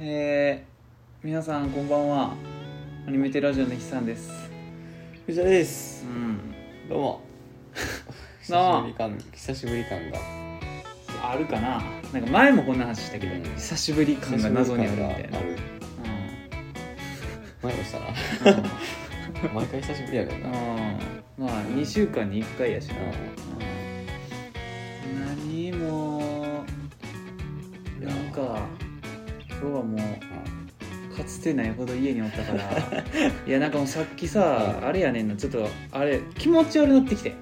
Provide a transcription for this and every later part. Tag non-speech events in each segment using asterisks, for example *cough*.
えー、皆さんこんばんはアニメテラジオの日さんです藤田ですうんどう *laughs* もどうも久しぶり感久しぶり感があるかななんか前もこんな話したけど、うん久しぶり感が謎にあるみたいなある前もしたうなん毎回久しぶりやねんうな、んうんまあ2週間に1回やしな、うん、何もいやなんか今日はもうかつてないほど家におった *laughs* からいやなんかもうさっきさうんあれやねんなちょっとあれ気持ち悪なってきて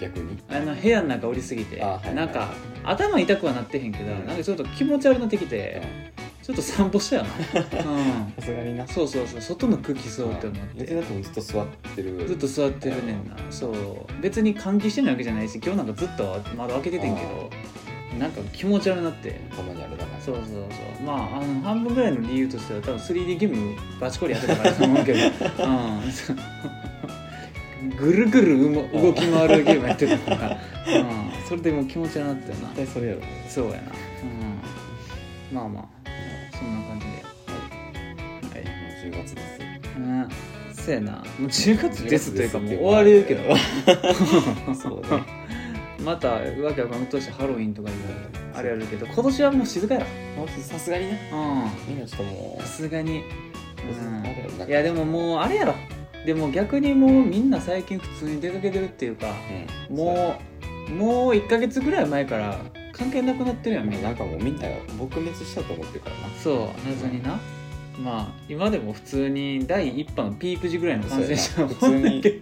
逆にあの部屋の中おりすぎて、あはいはいなんか頭痛くはなってへんけど、うんなんかちょっと気持ち悪なってきうて、んちょっと散歩したよ *laughs* な、うん、さすがになそうそうそう外の空気吸おうって思っ予て定だとずっと座ってるずっと座ってるねんなそう別に換気してないわけじゃないし今日なんかずっと窓開けててんけどなんか気持ち悪くなってたまにあるだからそうそうそうまああの半分ぐらいの理由としては多分 3D ゲームバチコリやってたからと思うけど、うんそう、 *laughs* ぐるぐるうも動き回るゲームやってたから、うん、それでもう気持ち悪くなってたよな絶対それやろそうやな、うん、まあまあそんな感じではい、もう10月ですうん、そうやなもう10月ですというかもう10月ですって終いうわりるけど *laughs* そうね *laughs* またわけわからんとしてハロウィンとかいうあれやるけど今年はもう静かやもうさすがにねうんみんなちょっともさすがに、あれやろう、なんんいかやでももうあれやろでも逆にもうみんな最近普通に出かけてるっていうかう、うん、もうもう1か月ぐらい前から関係なくなってるやうんみんななんかもうみんなが撲滅したと思ってるからなそう謎にな、まあ今でも普通に第1波のピーク時ぐらいの感染者そうやな普通にほんだけ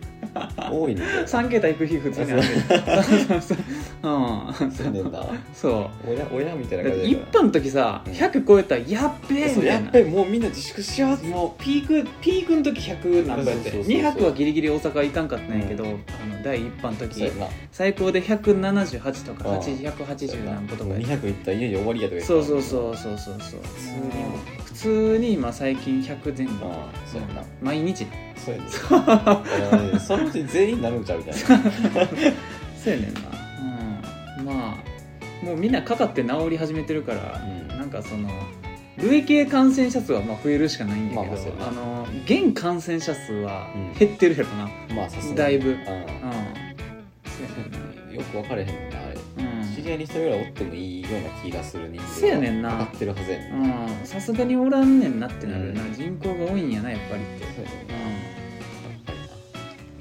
多いね *laughs* 3桁いく日普通にあるそうそうそうそううねんんなそう親親みたいだっな感てじや1波の時さからうん100超えたらやっべえそみうたやいっなぱりもうみんな自粛しようってもうピークピークの時100何倍やってそうそうそうそう200はギリギリ大阪行かんかったんやけど、あの第1波のそう時やな最高で178とかああ180何歩とかもうやった200いったら家に終わりやとか言そうそううそうそうそうそう普通にも普通に今最近100前後ああそうやな毎日そ *laughs* うやねいやそのうち全員なるんちゃうみたいなそうやねんなうんまあもうみんなかかって治り始めてるから、うんなんかその累計感染者数はまあ増えるしかないんだけまあまあどそう、やあなの現感染者数はうん減ってるやろな、まあさすがにだいぶうんうんそよく分かれへんなあれうやねんな知り合いに一人ぐらいおってもいいような気がする人数そうやねんな分かってるはずやねんうんうんさすがにおらんねんなってなるな、うん人口が多いんやなやっぱりってそうやねんなやっぱ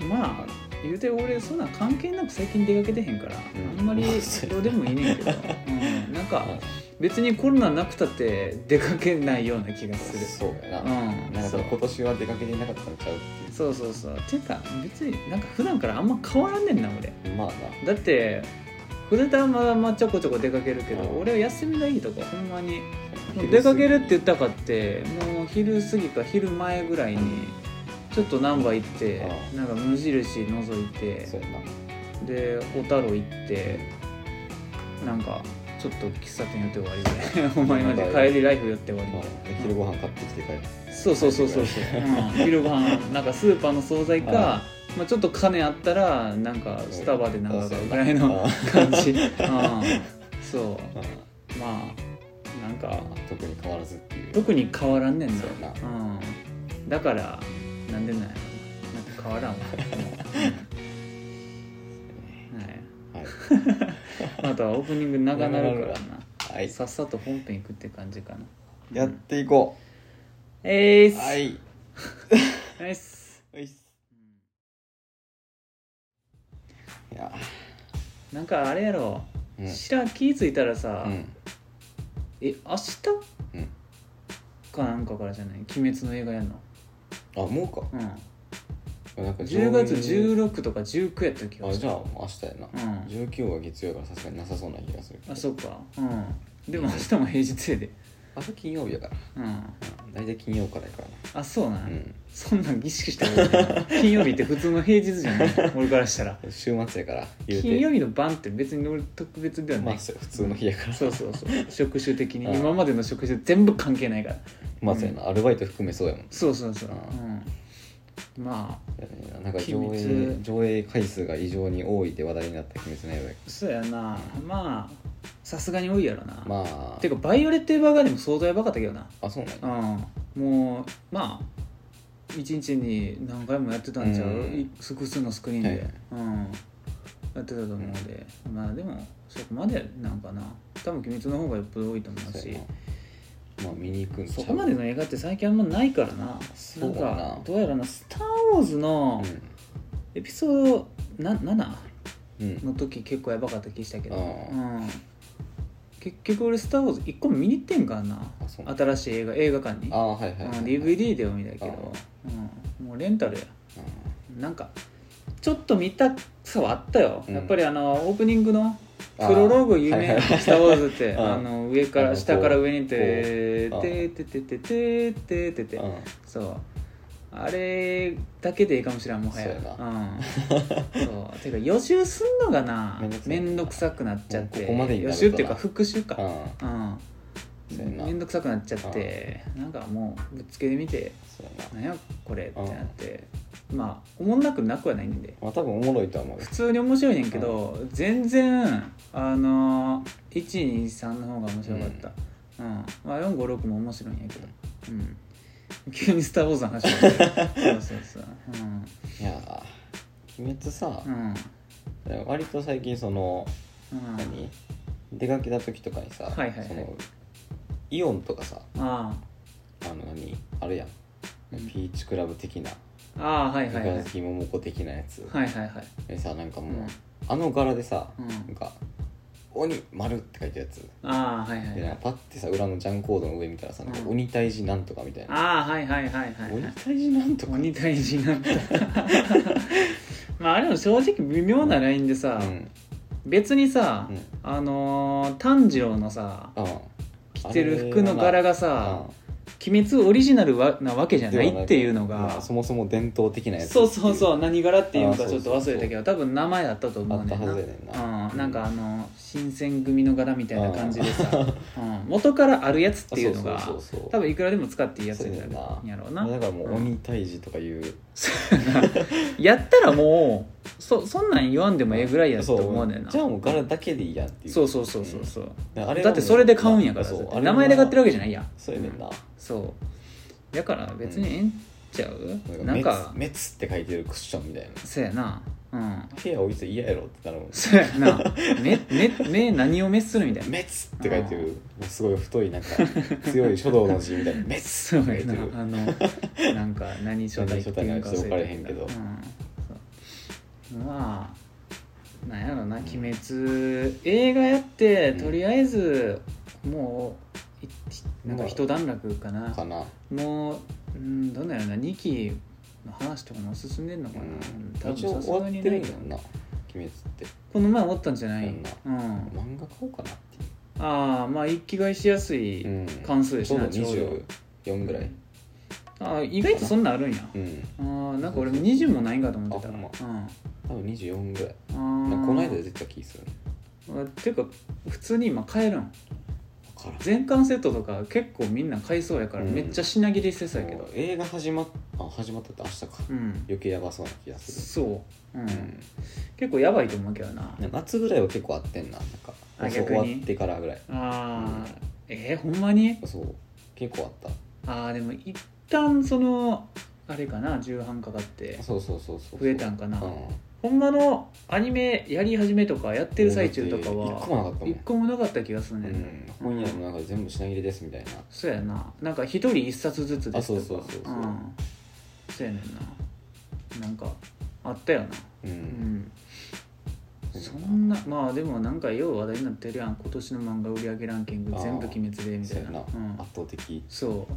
りなうんまあ言うて俺そんなん関係なく最近出かけてへんから、うんあんまりそうどうでもいいねん *laughs* けど、うん、なんかうん別にコロナなくたって出かけないような気がするそうやなうんなんそかう今年は出かけてなかったんちゃうってそうそうそうていうか別になんか普段からあんま変わらんねんな俺いうまあだなって普段はまあまあちょこちょこ出かけるけどうん俺は休みがいいとかほんまにもう出かけるって言ったかってもう昼過ぎか昼前ぐらいにちょっと難波行ってうなんか無印覗いてそうやなで小太郎行ってなんかちょっと喫茶店寄って終わりぐら *laughs* いほんまにマジで帰りライフ寄って終わりみまたいなあ昼ご飯買ってきて帰るそうそうそうそうそう、うん、昼ご飯なんかスーパーの惣菜か、はまあ、ちょっと金あったらなんかスタバでなんか買うぐらいのあ感じ、うん、そあうまあなんか特に変わらずっていう特に変わらんねんなそうやうん、だからなんでなんやろなんか変わ *laughs* らんわ、うんはい、はいあとはオープニング長なるからな *laughs* はいさっさと本編行くって感じかなやっていこえいっうす、いナイスいやなんかあれやろうん白気付いたらさ、うんえ明日、うんかなんかからじゃない「鬼滅の映画」やんの、あもうかうん、なんか10月上位16とか19やった気があすじるゃあもう明日やなうん19は月曜やからさすがになさそうな気がするあそっかうんでも明日も平日やで明日金曜日やからうんうん大体金曜からやからあそうなん、なうんそんなん儀式して *laughs* る金曜日って普通の平日じゃない俺からしたら週末やから言うて金曜日の晩って別に俺特別ではなまい、あそう普通の日や *laughs* からそうそうそう職種的にうん今までの職種全部関係ないからまあそうやなアルバイト含めそうやもんそうそうそう、うんうん、まあなんか上鬼映滅上映回数が異常に多いって話題になった鬼滅の刃やそうやなまあさすがに多いやろな、まあてかバイオレット・エヴァーガーデンも相当やばかったけどなあそうなんやうんもうまあ一日に何回もやってたんちゃう、うんい複数のスクリーンで、はいはいうん、やってたと思うので、まあでもそこまでなんかな多分鬼滅の方がよっぽど多いと思うそうしやなまあ見に行くんちゃそうこまでの映画って最近あんまないからなそうなだんなかどうやらな「スター・ウォーズ」のエピソードな7うん、うん、の時結構やばかった気したけど、あうーん、結局俺「スター・ウォーズ」1個も見に行ってんからなあそうなん新しい映画映画館にあはいはい、うんはい、 DVD では見たけど、うん、もうレンタルやなんかちょっと見たさはあったよ、うんやっぱりあのオープニングのプあーロローグ有名はやんいはいスター・ウォーズ」ってうんあの上かあらの下から上にて「こうててててててててうん、うんそうあれだけでいいかもしれんもはやそうやうん、そうてか予習すんのがなめんどくさいめんどくさくなっちゃってもうここまでにな予るとな習っていうか復習か、あうんそうやな面倒くさくなっちゃってなんかもうぶっつけで見てそうやな「なんやこれ」ってなってまあおもんなくなくはないんでまあ多分おもろいとは思う普通に面白いねんけど全然あの123の方が面白かった、うんまあ、456も面白いんやけど、うん、急に「スター・ウォーズ」の話になって *laughs* そうそうそういやー鬼滅さう、んうん割と最近その、うん何出かけた時とかにさ、はいはいはいそのイオンとかさああの何あれやん、うんピーチクラブ的なあああはい三はいはい日月桃子的なやつ、はいはいはいでさなんかもう、うんあの柄でさ、うんなんか「鬼丸」って書いたやつああはいはでいなんかパッてさ裏のジャンコードの上見たらさ「なんかうん鬼退治なんとか」みたいなああはいはいはいは「いはい鬼退治なんとか」鬼退治になった *laughs* まああれも正直微妙なラインでさ、うん別にさ、うんあのー炭治郎のさあ着てる服の柄がさ「鬼滅オリジナルはなわけじゃない」っていうのがそもそも伝統的なやつそうそうそうう何柄っていうのあかーちそょうっとそう忘れたけど多分名前だったと思うねんあったはずやねんなうん、なんかあの新選組の柄みたいな感じでさ、うん、元からあるやつっていうのがそうそうそうそう多分いくらでも使っていいやつになるそうややねんなんろうまなあだからもう「ん鬼退治」とかいう *laughs* やったらもうそそんなん言わんでもええぐらいやとそう思うねんなじゃあもう柄だけでいいやんっていうそうそうそうそうそうあれはもうだってそれで買うんやからそう絶対あれは名前で買ってるわけじゃないやんそうやねんなそうだから別にええんちゃう、 「ななんんかか滅」滅って書いてるクッションみたいなそうやなうん部屋置いて嫌やろってなるもんそうやな目目目何を滅するみたいな滅って書いてるすごい太いなんか強い書道の字みた *laughs* いな滅ってそ書ういてやなるあのなんか何書体っていうか何書体かちょっと分からへんけどうんそうまあなんやろな「鬼滅」映画やってとりあえずもういなんか一段落かな、かなもううんどんなんやろな2期の話とかも進んでんのかな、うん一応終わってるんだよな鬼滅ってこの前終わったんじゃないそんなうん漫画買おうかなっていうああまあ一気買いしやすいうん関数でちしょうな、どちょうど24ぐらいああ意外とそんなんあるんやうんああなんか俺も20もないんかと思ってたあほんまうん多分24ぐらいあなーんかこの間出てた気するねあていうか普通に今買えるんわからん全巻セットとか結構みんな買いそうやから、うんめっちゃ品切れしてそうやけもどう映画始まっあ始まったって明日かうん余計やばそうな気がすそう、うんるうん結構やばいと思うけどな夏ぐらいは結構合ってんななんかあそう逆に終わってからぐらいあーえー、ほんまにそう結構あっあーでも一旦そのあれかな重版かかってたそうそうそうそう増えたんかなうんほんまのアニメやり始めとかやってる最中とか一個もはなかったもん一個もなかった気がするね、うん、本屋の中で全部品切れですみたいなそうやななんか一人一冊ずつですとか、あそうそうそうそうんそうやねんななんかあったよなう、うんんそんなまあでもなんかよう話題になってるやん今年の漫画売り上げランキング全部あー鬼滅でみそたういやなな、うん、圧倒的そ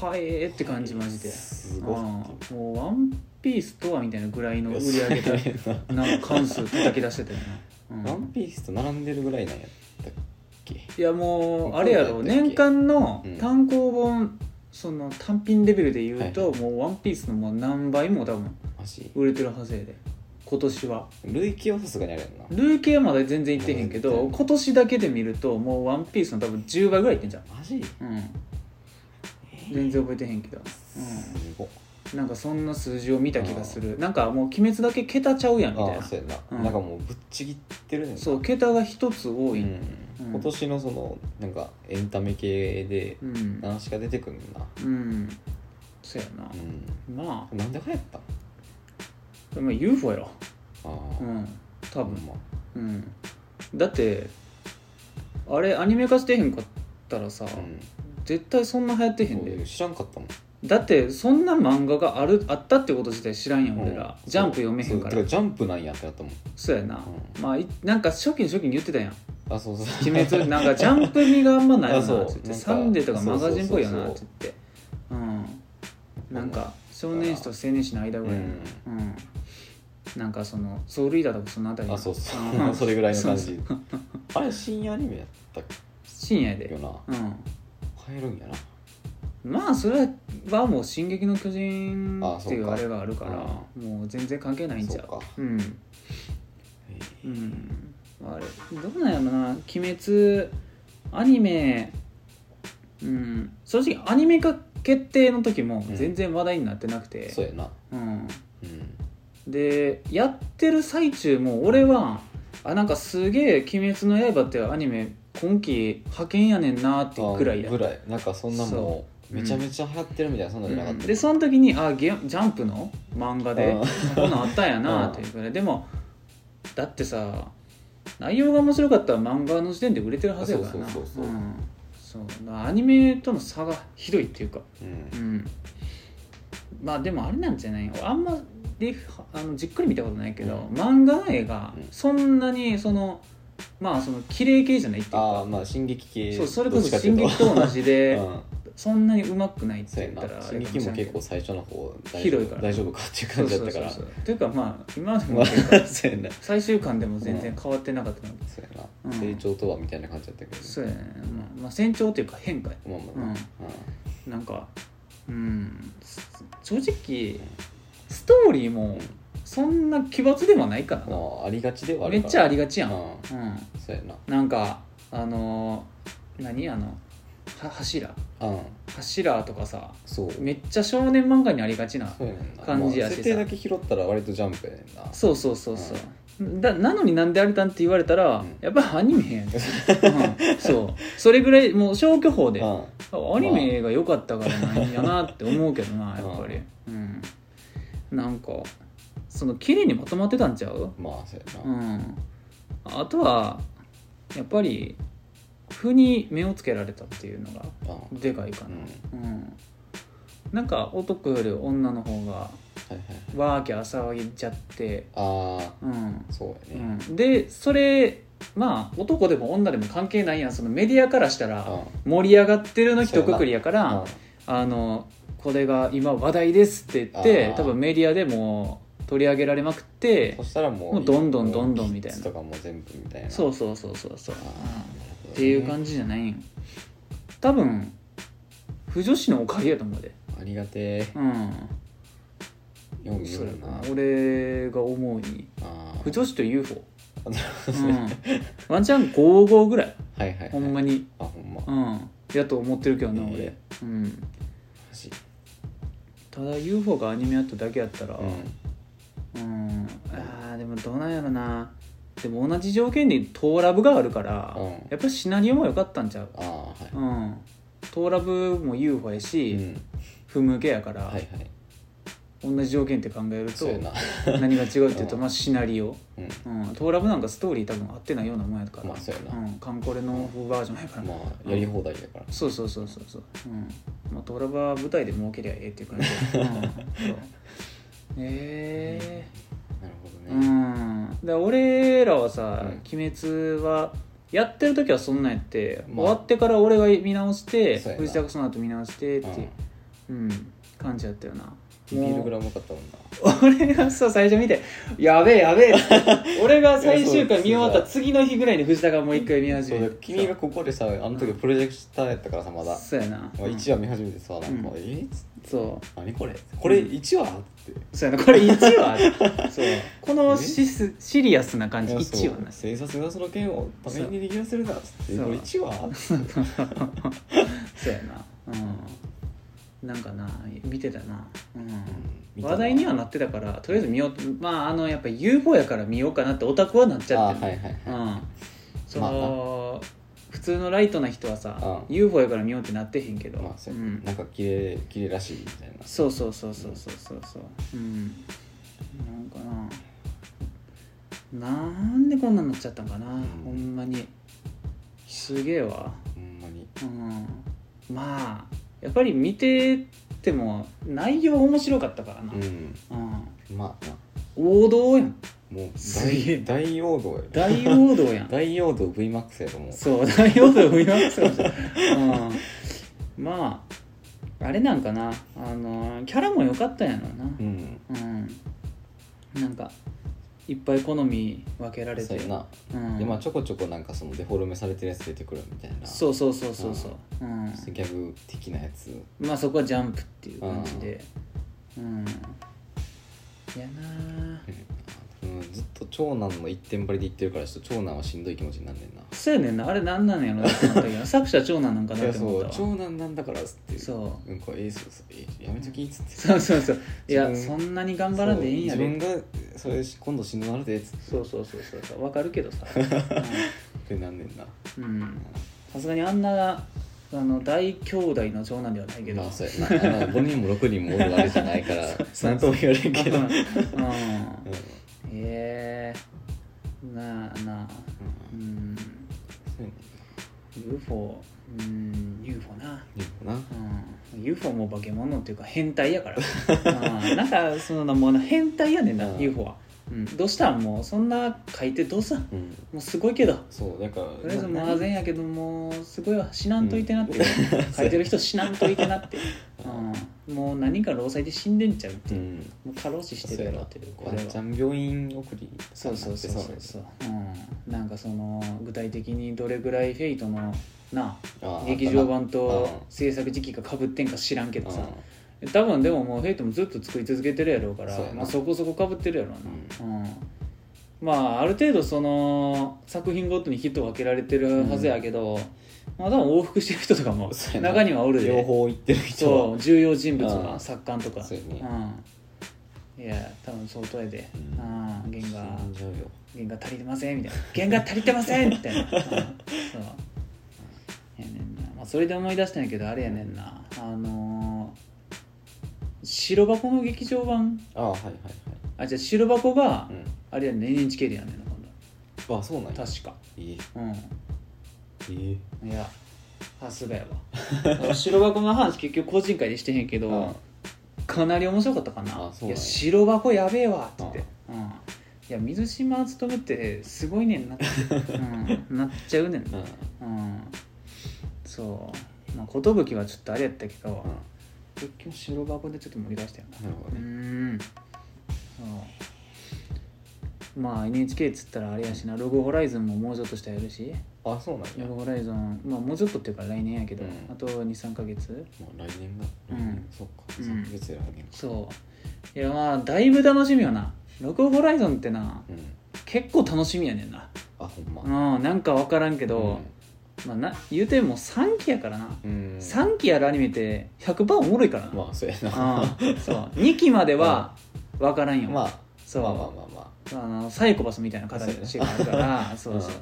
うはえーって感じマジで、すうんごいもう「ワンピースとはみたいなぐらいの売り上げたなんか関数叩き出してたよな、ワうんン、ピースと並んでるぐらいなんやったっけいやもうもうあれやろ今回やったっけ年間のうん単行本、その単品レベルで言うと、はもう「ワンピースのもう何倍も多分マジ売れてるはずやで今年は累計はさすがにあれやんな累計はまだ全然いってへんけど、うん今年だけで見るともう「ワンピースの多分10倍ぐらいいってんじゃんマジうん全然覚えてへんけど、すごっなんかそんな数字を見た気がするなんかもう「鬼滅」だけ桁ちゃうやんみたいああなそうやんな、うんなんかもうぶっちぎってるねんなそう桁が一つ多ういんうん今年のそのなんかエンタメ系でうん話が出てくるんだな、うんそうやなうまん、なんで流行ったあまあ UFO よああうん多分まうんだってあれアニメ化してへんかったらさ、あうん絶対そんな流行ってへんそうで知らんかったもんだってそんな漫画があるあったってこと自体知らんやん俺ら、うんジャンプ読めへんかそうらてジャンプなんやってなったもんそうやな、うまあいなんか初期の初期に言ってたやん「あそうそう鬼滅」なんかジャンプ味があんまないよあそうなっつって「なんかサンデー」とかマガジンっぽいよなっそうつそってうんなんか少年誌と青年誌の間ぐらいのうん、なんかそのソウルイダーとかそのあたりあそうそううん *laughs* それぐらいの感じそうそうあれ深夜アニメやったっ深夜けでよなうん流行るんやなまあそれはもう「進撃の巨人」っあていうそうかあれがあるからもう全然関係ないんちゃうそうかうんえうーんあれどうなんやろな「鬼滅」アニメうん正直アニメ化決定の時も全然話題になってなくて、そうやなうんうんでやってる最中も俺はあなんかすげえ「鬼滅の刃」ってアニメ今季派遣やねんなってぐらいやあぐらいなんかそんなもそうめちゃめちゃ流行ってるみたいなそんなんじゃなかうっんたでその時にあゲジャンプの漫画でうんこんなんあったんやなうんというぐらいでもだってさ内容が面白かったら漫画の時点で売れてるはずやからなそうそうそうそうんそうアニメとの差がひどいっていうかうんうんまあでもあれなんじゃないあんまりあのじっくり見たことないけど、う漫画絵がうんそんなにそのまあその綺麗系じゃないっていうああかまあ進撃系そうそれどこっちそかってい進う撃と同じで、 *laughs* うんそんなにうまくないってそう言やったらなあ進れかし撃れもんけ結ど構最初の方大丈広い夫から大丈夫かっていう感じだったからそうそうそうそうというかまあ今までまもあっていうか *laughs* そうやな最終巻でも全然変わってなかったのそうやな、うん成長とはみたいな感じだったけどねそうやねまあ、まあ、成長というか変化やまあまあな、なんかうんす正直ストーリーもそんな奇抜ではないかうんらまあありがちではなあめるっからちゃありがちやん、うんうそうやななんかあのー何あのは柱うん柱とかさそうめっちゃ少年漫画にありがちなそうやねんな感じやしさまあ設定だけ拾ったら割とジャンプやねんなそうそうそうそう、だなのになんであれたんって言われたら、うんやっぱアニメやん、うんそうそれぐらいもう消去法で、うんアニメが良かったからなんやなって思うけどなやっぱり、うん、なんかその綺麗にまとまってたんちゃう、まあそうやうな、ん、あとはやっぱり腑に目をつけられたっていうのがうんでかいかうな、ん、はいうん、なんか男より女の方がはいわーきゃ騒ぎちゃってあうんあそうやね、うんでそれまあ男でも女でも関係ないやんそのメディアからしたらあ盛り上がってるの一括りやから、ああのこれが今話題ですって言ってあー多分メディアでも取り上げられまくってそしたらもうもうどんどんどんどんみたいなキッズとかも全部みたいなそううそうそうそうそう、うんっっていう感じじゃないんよ多分不女子のおかげやと思うでありがてえうんよう見そるれよな俺が思うにあ不女子と *laughs* UFO、あ *laughs* うん、ワンチャン55ぐらいはいはいはいほんまにあほんまうんやと思ってるけどな俺、えうんマジただ UFO がアニメやっただけやったら、うんうんあーでもどうなんやろなでも同じ条件にトーラブがあるから、うんやっぱシナリオも良かったんちゃうああはいうんトーラブも UFO やし、うん不向けやから、はいはい同じ条件って考えるそうやなと何が違うっていうとうんまあシナリオ、うんうん、トーラブなんかストーリー多分合ってないようなもんやから、まあそうやう、なんカンコレの風バージョンやから、まあやり放題やからそうそうそうそうそう、うんまあ、トーラブは舞台で儲けりゃええっていう感じ、 *laughs* うん、そうええなるほどうねんで俺らはさうん「鬼滅」はやってる時はそんなんやって、まあ終わってから俺が見直してそうやな藤田がその後見直してってういう、うん感じやったよなんビビもるうぐらい重かったもん *laughs* な俺がさ最初見て「やべえやべえ」 *laughs* 俺が最終回見終わった次の日ぐらいに藤田がもう一回見始そうめだて君がここでさあの時プロジェクターやったからさまだそうやな、うん1話見始めてさなんかうんえーつそ何これこれ1話ってうそうやなこれ1話 *laughs* そうこのシスシリアスな感じいや1話そうな生殺がその剣をために握らせるなっつって *laughs* そうこれ1話そうやな、うん、なんかな見てたな、うん見た *laughs* な話題にはなってたからとりあえず見ようまああのやっぱ UFO やから見ようかなってオタクはなっちゃあっーてはる、いはいはうい、んその、普通のライトな人はさ、う UFO やから見ようってなってへんけど、まあそうう、んなんか綺麗綺麗らしいみたいなそうそうそうそうそうそうそううんなんかななんでこんなんなっちゃったんかな、ほんまにすげえわほんまにうんまあやっぱり見てても内容面白かったからな、ううん、んまあな王道やんもうすげえ大大王道やで大王道 *laughs* やん大王道 VMAX やと思うそう大王道見ました *laughs* うんまああれなんかなあのキャラも良かったんやろなうんうん、なんかいっぱい好み分けられそうてやな、うんでまあちょこちょこなんかそのデフォルメされてるやつ出てくるみたいなそうそうそうそうそう、うん、そしてギャグ的なやつまあそこはジャンプっていう感じでうんいやなあうん、ずっと長男の一点張りで言ってるからちょっと長男はしんどい気持ちになんねんなそうやねんなあれなんなんやろなって思ったけ *laughs* ど作者長男なんかいなやってそ思っうたわ長男なんだからっつってそううんこええそうそうええやめときっつってそうそうそういや自そ分んなに頑張らんでいいんやそうで自分がそれ今度しんどなるでっつっそうそうそうそうそう分かるけど *laughs* さてなんねんなうんうんさすがにあんなあの大兄弟の長男ではないけど、まあそうやなあの5人も6人もおるあれじゃないから *laughs* そのとも言われんけ *laughs* ど、ううんうんんへえなあなあうんそうやね UFO うん UFO な、んなでもなうん、UFO も化け物っていうか変態やからうんなんかそのもうな変態やねんな、うん UFO は、うん、どうしたんもうそんな書いてどうさんうんもうすごいけどそうだからとりあえずもうなあぜんやけどもうすごいわ死なんといてなって、 *laughs* 書いてる人死なんといてなって、うん、もう何か労災で死んでんちゃうってういう、んもう過労死してるやろっていうこワれンはちゃん病院送りそうそうそうそうそそう、うん、なんかその具体的にどれぐらいフェイトのなあー劇場版とうん制作時期がかぶってんか知らんけどさうん多分でももうフェイトもずっと作り続けてるやろうからそうそ,、やなまあ、そこそこかぶってるやろうな、うんまあある程度その作品ごとにヒット分けられてるはずやけど、まあ多分往復してる人とかもそうやな中にはおるで両方行ってる人はそう重要人物とうかん作家とかそうやねうん、いや多分相当やで、うんああ原死画んじゃうよ弦が足りてませんみたいな弦が足りてませんみたい *laughs* な、うんそうやねんな、まあ、それで思い出したんやけどあれやねんなあのー白箱の劇場版ああはいはいあじゃあ白箱がはいうんあれやねん NHK でやんねんな今あそうなん度や確かええうええんいやさすがやわ *laughs* 白箱の話結局個人会でしてへんけど、あかなり面白かったかなあそうなんやいや白箱やべえわってって、うん、いや水島努ってすごいねんな *laughs* って、うん、なっちゃうねんなうんうんそうまあ寿はちょっとあれやったけどうん結局白箱でちょっと盛り出したよななるほうどーねんそうまあ NHK っつったらあれやしなログホライズンももうちょっとしたらやるしあそうなんロやグもホライズンまあもうちょっとっていうか来年やけど、うんあと23か月う来年がうん来年そっかうん3ヶ月で来年かそういやまあだいぶ楽しみよなログホライズンってなうん結構楽しみやねんなあほんまうんなんか分からんけど、まあな言うても3期やからなうんうん3期やるアニメって100%おもろいからな、まあそうやなうんそう2期までは分からんよ、まあそう、まあまあまあまあのサイコパスみたいな形のシーンがあるからそうそう、い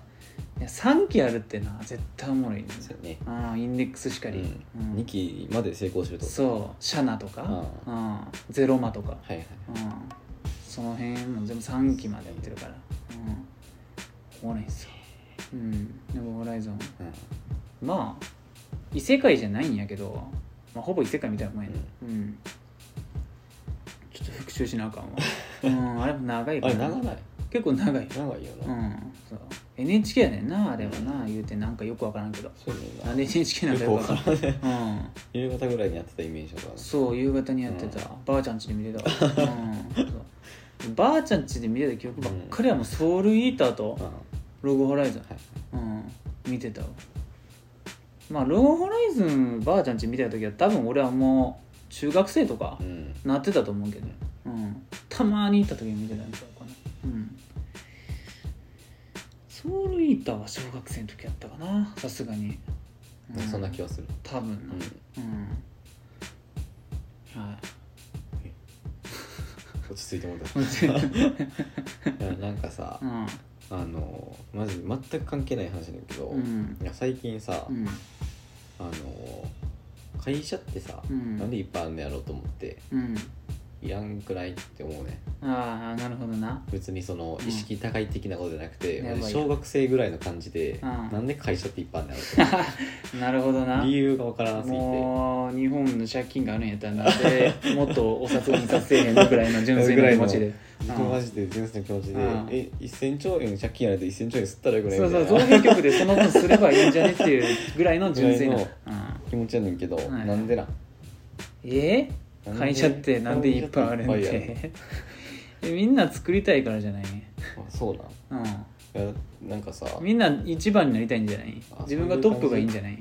や3期やるってな絶対おもろいねんあそうやねうんインデックスしかり、ううんん二期まで成功するとそうシャナとか、うんゼロマとか、はいはいうん、その辺も全部3期までやってるから、うん、おもろいんすようんでもホライゾンうんまあ異世界じゃないんやけど、まあ、ほぼ異世界みたいなもんやね、うん、ちょっと復習しなあかんわ *laughs* うんあれも長いあかれら長ない結構長い長いようなんそう NHK やねんなあれはな言うてなんかよくわからんけどそうやねんななんで NHK なんかよくよくわわかからんねらん、うん、夕方ぐらいにやってたイメージだからそう夕方にやってた、ばあちゃん家で見てたわ、うん、そうばあちゃん家で見てた記憶ばっかりはもうソウルイーターとうんはログホライズンいうん見てたわまあロゴホライズンばあちゃんち見てた時は多分俺はもう中学生とかうんなってたと思うけど、うん、たまに行った時に見てたんちゃうかなうんソウルイーターは小学生の時やったかなさすがに、うそんな気はする多分なううん、落ち着いてもらっ落ち着いてたうんなんかさうんあのマジ全く関係ない話だけど、うんいや最近さ、うんあの会社ってさ、うん *laughs* なんでいっぱいあんのやろうと思ってうんいらんくらいって思うねああなるほどな別にそのうん意識高い的なことじゃなくて、やばいマジ小学生ぐらいの感じで、うんなんで会社っていっぱいあんのやろうと思ってなるほど *laughs* な理由がわからなすぎてもう日本の借金があるんやったらなんでもっとお札印刷せえへんのぐらいの純粋な気持ちで僕マジで純粋な気持ちで、うんえ1000兆円借金やられて1000兆円吸ったらよくないそうみたそいうな造幣局でその分すればいいんじゃねっていうぐらいの純粋な、うんぐらい、気持ちやねんけど、いはいなんでなんえなんで会社ってなんでいっぱいあるん会社っていっぱいでえみんな作りたいからじゃない、*laughs* あるあそうなんういやなんかさん、みんな一番になりたいんじゃないあ自分がトップがいいんじゃない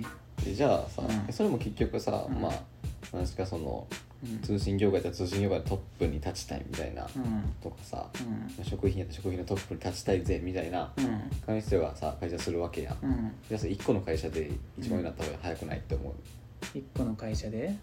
えじゃあさ、うんそれも結局さ、うんまあ何しかそのうん通信業界だったら通信業界のトップに立ちたいみたいな、うんとかさうん食品やったら食品のトップに立ちたいぜみたいなうん感じがさ会社するわけやん、うんじゃあさ1個の会社で一番になった方が早くないって思う、一個の会社で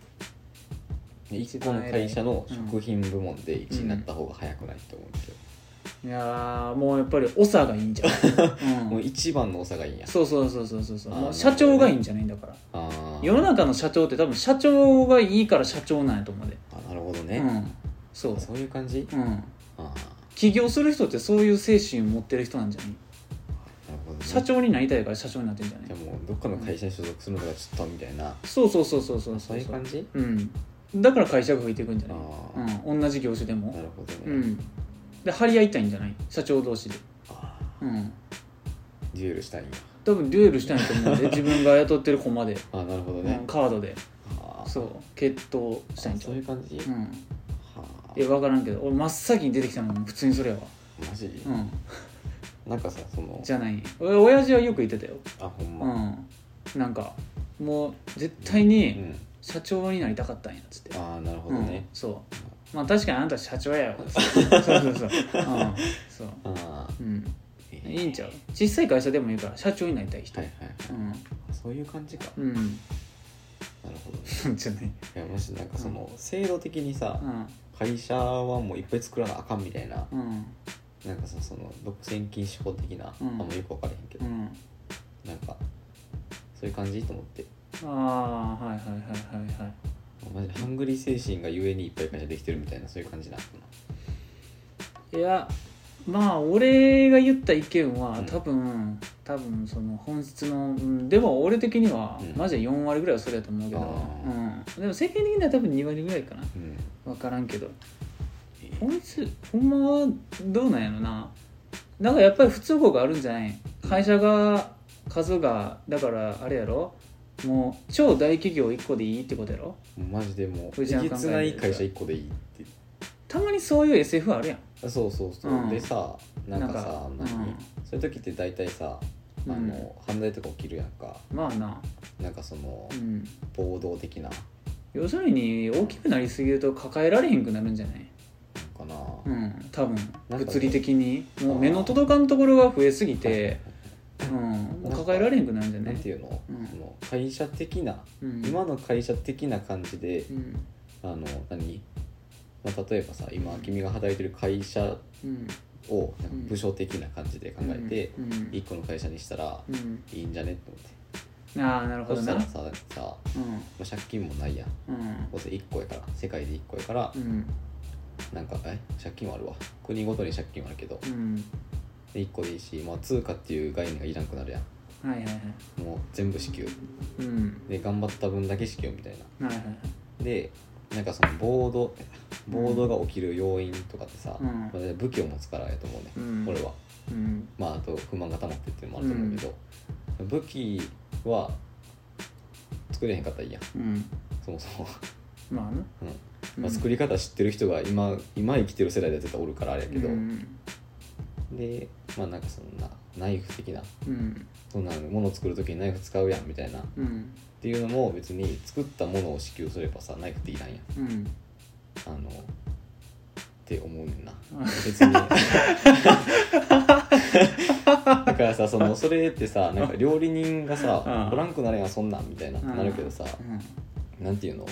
で一一番個の偉い会社の食品部門で1位になった方が早くないって思うんだけど、いやーもうやっぱり長がいいんじゃん、う、もうん一番の長がいいんやそうそうそうそうそうそうあーもう社長がいいんじゃないんだからあー世の中の社長って多分社長がいいから社長なんやと思うで、あなるほどうね、ん、そうそういう感じ、うんあ起業する人ってそういう精神を持ってる人なんじゃないあなるほどね社長になりたいから社長になってんじゃなじゃいあもうどっかの会社に所属するのがちょっとみたいな、そうそうそうそうそうそそうういう感じうんだから会社が増えていくんじゃないあうん、同じ業種でなもるほどね、うんで張り合いたいんじゃない社長同士であうんーデュエルしたいんや多分デュエルしたいと思うん *laughs* で自分が雇ってる駒で、あーなるほどうねん、、カードであーそう決闘したいんちゃそうういう感じ、うはんあいや分からんけど俺真っ先に出てきたのも普通にそれやわマジ、うんなんかさそのじゃない俺親父はよく言ってたよあほんうま、んなんかもう絶対うにん社長になりたかったんやっつって、ああなるほうどんね、そうまあ確かにあなた社長 *laughs* やよそうそうそううんそうああうんえーいいんちゃう小さい会社でもいいから社長になりたい人、はいはいはいうんそういう感じかうんなるほど *laughs* ねじゃないいやもしなんかその、制度的にさ、うん会社はもういっぱい作らなあかんみたいなうんなんかさその独占禁止法的な、うんあんまよく分からへんうけど、んなんかそういう感じと思ってああはいはいはいはいはいマジハングリー精神がゆえにいっぱい会社できてるみたいなそういう感じなのかいやまあ俺が言った意見は、うん多分多分その本質の、うん、でも俺的には、うんマジで4割ぐらいはそれやと思うけど、あうん、でも世間的には多分2割ぐらいかななうん分からんけど本質ほんまはどうなんやろななんかやっぱり不都合があるんじゃない会社が数がだからあれやろもう超大企業1個でいいってことやろもうマジでもう藤え原げ考えつてるない会社1個でいいってたまにそういう SF あるやんあそうそうそう、うんでさなんかさなんか何、うんそういう時って大体さあの、うん犯罪とか起きるやんかまあななんかそのうん暴動的なの要するに大きくなりすぎると抱えられへんくなるんじゃないかな、うん多分なんかね物理的にもう目の届かんところが増えすぎて、うん、もう抱えられへんくなるんじゃなないんていうの,、うんその会社的な、うん今の会社的な感じでう、んあの何、まあ、例えばさ今君が働いてる会社うんをなんうかん部署的な感じで考えて、うん一個の会社にしたらうんいいんじゃねって思っうて、ん、ああなるほそどしたならさだってさ、まうあ、借金もないやんんうんどうせ1個やから世界で1個やから、うんなんかえ借金はあるわ国ごとに借金はあるけどうん1個でいいし、まあ、通貨っていう概念がいらなくなるやんはいはいはいもう全部支給うんで頑張った分だけ支給みたいなはいはいはいでなんかその暴動暴動が起きる要因とかってさ、うんまあ武器を持つからやと思うね、うん俺はうんまああと不満が溜まってっていうのもあると思うけど、武器は作れへんかったらいいやんうんそもそも、 *laughs* まあなうんうんまあ、作り方知ってる人が今今生きてる世代で絶対おるからあれやけど、うんでまあなんかそんなナイフ的なうんそんなもの作る時にナイフ使うやんみたいなっうんていうのも別に作ったものを支給すればさナイフっていらんやんうんあのって思うねんな別にだからさそのそれってさなんか料理人がうさん「おらんくなれやんそんなん」みたいなうんなるけどさうんなんていうの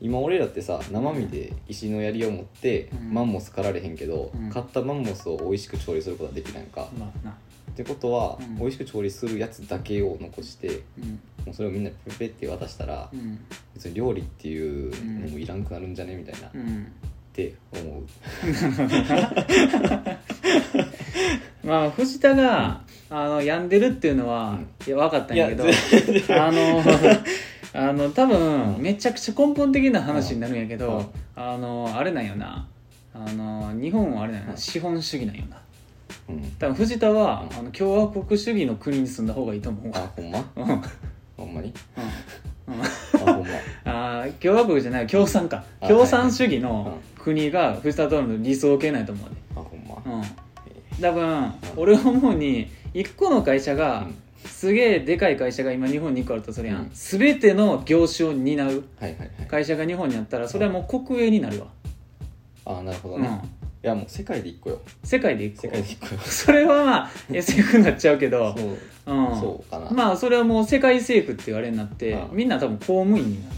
今俺らってさ生身で石の槍を持ってうんマンモス狩られへんけど、うん買ったマンモスを美味しく調理することはできないんか、まあなってことは、うん美味しく調理するやつだけを残してうんもうそれをみんなにペペペって渡したら、うん別に料理っていうのもいらんくなるんじゃねみたいな、うっんて思うまあ藤田が、あの病んでるっていうのは、うんいや分かったんやけどいやあの *laughs* あの多分、うんめちゃくちゃ根本的な話になるんやけど、うんあのあれなんよなあの日本はあれなんよな、うん資本主義なんよなうん多分藤田は、うんあの共和国主義の国に住んだ方がいいと思うわあほんまうんうんほん *laughs* まにうんあほんまあー共和国じゃない共産かあ共産主義はいはいの国が藤田との理想を受けないと思うねあほんまうん多分俺は思うに一個の会社うがんすげえでかい会社が今日本に1個あるとするやうんん全ての業種を担うはいはいはい会社が日本にあったらそれはもう国営になるわあなるほどうね、いんやもう世界で一個よ世界で一世個界で一個よ *laughs* それはまあ SF になっちゃうけど *laughs* そううんそうかな、まあそれはもう世界政府って言われになってあみんな多分公務員になる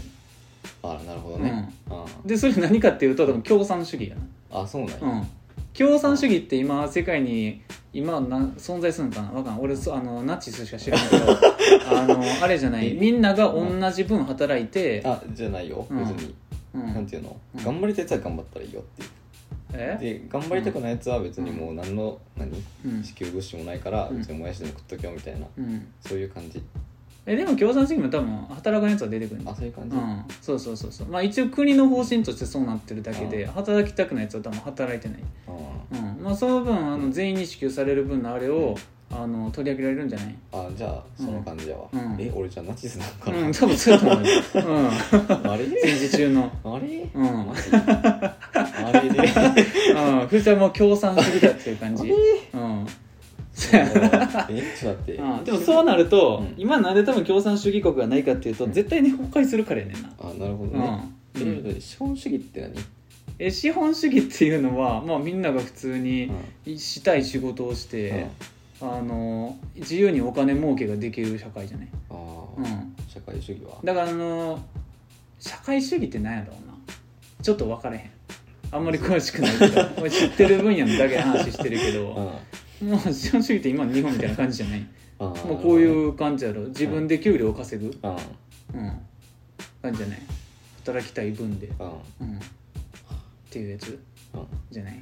あなるほどね、あでそれ何かっていうと多分共産主義やなあそうなんや、うん、共産主義って今世界に今な存在するのかなわかんない俺そあのナチスしか知らないけ *laughs* どあのあれじゃないみんなが同じ分働いて、あじゃないようん別に、うんなんていうの、うん頑張りたいやつは頑張ったらいいよっていうえ、で頑張りたくないやつは別にもう何の、何うん支給物資もないからうん別にもやしでも食っときよみたいな、うん、そういう感じえでも共産主義も多分働かんやつは出てくるんだあそういう感じ、うん、そうそうそうそうまあ一応国の方針としてそうなってるだけでう働きたくないやつは多分働いてない、あうんまあ、その分あの全員に支給される分のあれを、あの取り上げられるんじゃないあじゃあその感じやわ、うんえ俺じゃあナチスなのかな、うん多分そうだと思うよ、うん、あれ戦時中のあれ、うんマジあれでうん、藤田も協賛するだっていう感じ。 *laughs* うん。そうやなえちょっと待って、うんでもそうなると、うん今なんで多分共産主義国がないかっていうと、うん絶対に崩壊するからやねんな。あなるほどうんね、うえん資本主義って何、え資本主義っていうのは、まあ、みんなが普通にうんしたい仕事をして、あの自由にお金儲けができる社会じゃない、あうあ、ん、社会主義はだからあの社会主義って何やろうなちょっと分かれへんあんまり詳しくないけど *laughs* 俺知ってる分野のだけ話してるけど、うんもう資本主義って今の日本みたいな感じじゃないあもうこういうう感じやろ自分で給料を稼ぐ、うんううんん、感じじゃない働きたい分で、うん、っていうやつうんじゃないか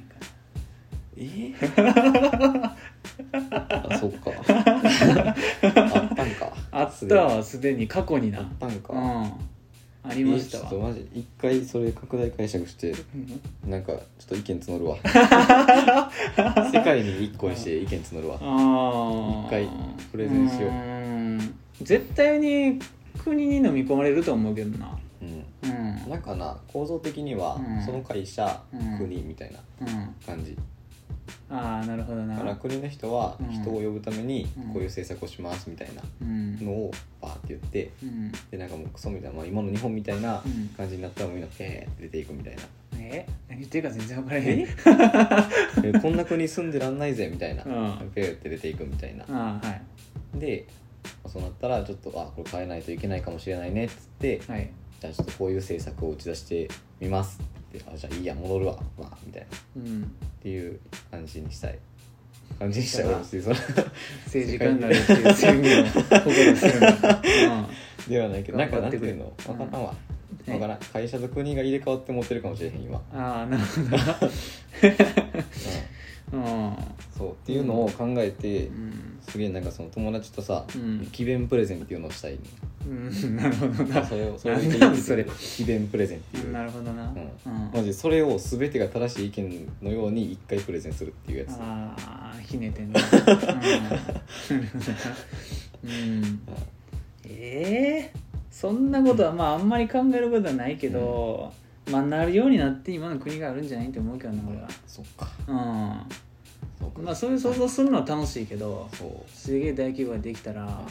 えあそっかあったんかなあったわすでに過去になあったんか、うん、えありましたちょわっと、マジ一回それ拡大解釈してうんなんかちょっと意見募るわ世界に一個にして意見募るわああ一回プレゼンしよううん絶対に国に飲み込まれると思うけどなうんうんなんかな構造的には、うんその会社、うん国みたいなうん感じああなるほどだからな国の人はうん人を呼ぶためにうんこういう政策をしますみたいなうんのをバーって言ってうんでなんかもうクソみたいな、まあ、今の日本みたいなうん感じになったらもうみんなペーって出ていくみたいなえ何言ってるか全然分からへんえこんな国住んでらんないぜみたいな、うんペーって出ていくみたいなああはいでそうなったらちょっとあこれ変えないといけないかもしれないねっつってはいじゃあちょっとこういう政策を打ち出してみますってあじゃあいいや戻るわまあみたいなっうんていう感じにしたい感じにしたい俺も別にそれ政治家になるっていう宣言を心にするの、うん *laughs* ではないけどなん頑か張っなてんてくれいうの分からんわうん分からん会社と国が入れ替わって持ってるかもしれへん今、うんああなるほどなうんそうっていうのを考えてうんすげえなんかその友達とさうん駅弁プレゼンっていうのをしたいねうんなるほどなそれをそれをなんなんそれ駅弁プレゼンっていうなるほどな、うんうん、マジそれを全てが正しい意見のように一回プレゼンするっていうやつああひねて *laughs* んな、うん、なるほどなうんええそんなことはまああんまり考えることはないけど、まあなるようになって今の国があるんじゃないって思うけどな俺はそっかそううかんまあそういう想像するのは楽しいけどそうすげえ大企業ができたら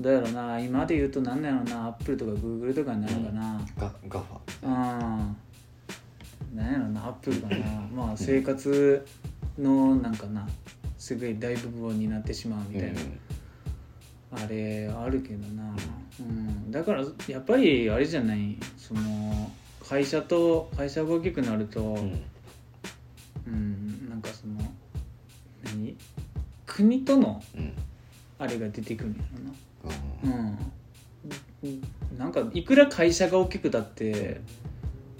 どうやろな今で言うと何だろうなアップルとかグーグルとかになるのかなガガフうん何やろなアップルかなまあ生活のなんかなすごい大部分になってしまうァみたいな、うんあれあるけどな、うん、だからやっぱりあれじゃないその会社と会社が大きくなると、ううんんなんかその何国とのうんあれが出てくるんやろなあーうん、なんかいくら会社が大きくたって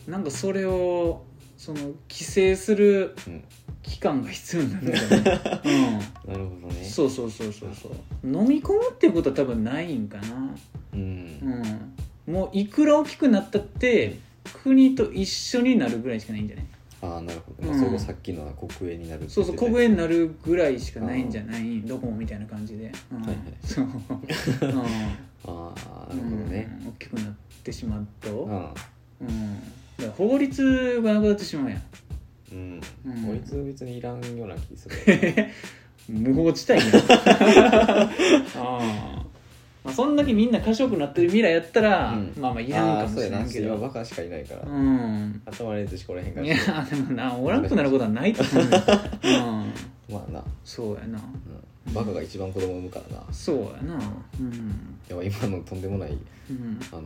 なんかそれをその規制するうん期間が必要なんだよね、なるほどう *laughs* ねん、そうそうそうそうそう飲み込むってことは多分ないんかな、ううんん、もういくら大きくなったって国と一緒になるぐらいしかないんじゃないああなるほど、まあうんそこさっきのは国営になるってそうそう言って国た営やつになるぐらいしかないんじゃないどこもみたいな感じで、うんはいはいそう *laughs* うんああなるほどね、うん大きくなってしまうと、うんうん、だから法律がなくなってしまうやんうんうん法律別にいらんような気 *laughs* する無法地 *laughs* 帯やんあ、まあ、そんだけみんな賢くなってる未来やったら、うんまあまあいいらんかもしれないけ今どバカしかいないから、うん頭にずしこらへんかいらやでもなおらんくなることはないと思 *laughs* うよ、うん、まあな、そうやなうん、バカが一番子供を産むからなそうやなうん、やばい今のとんでもないうん、あの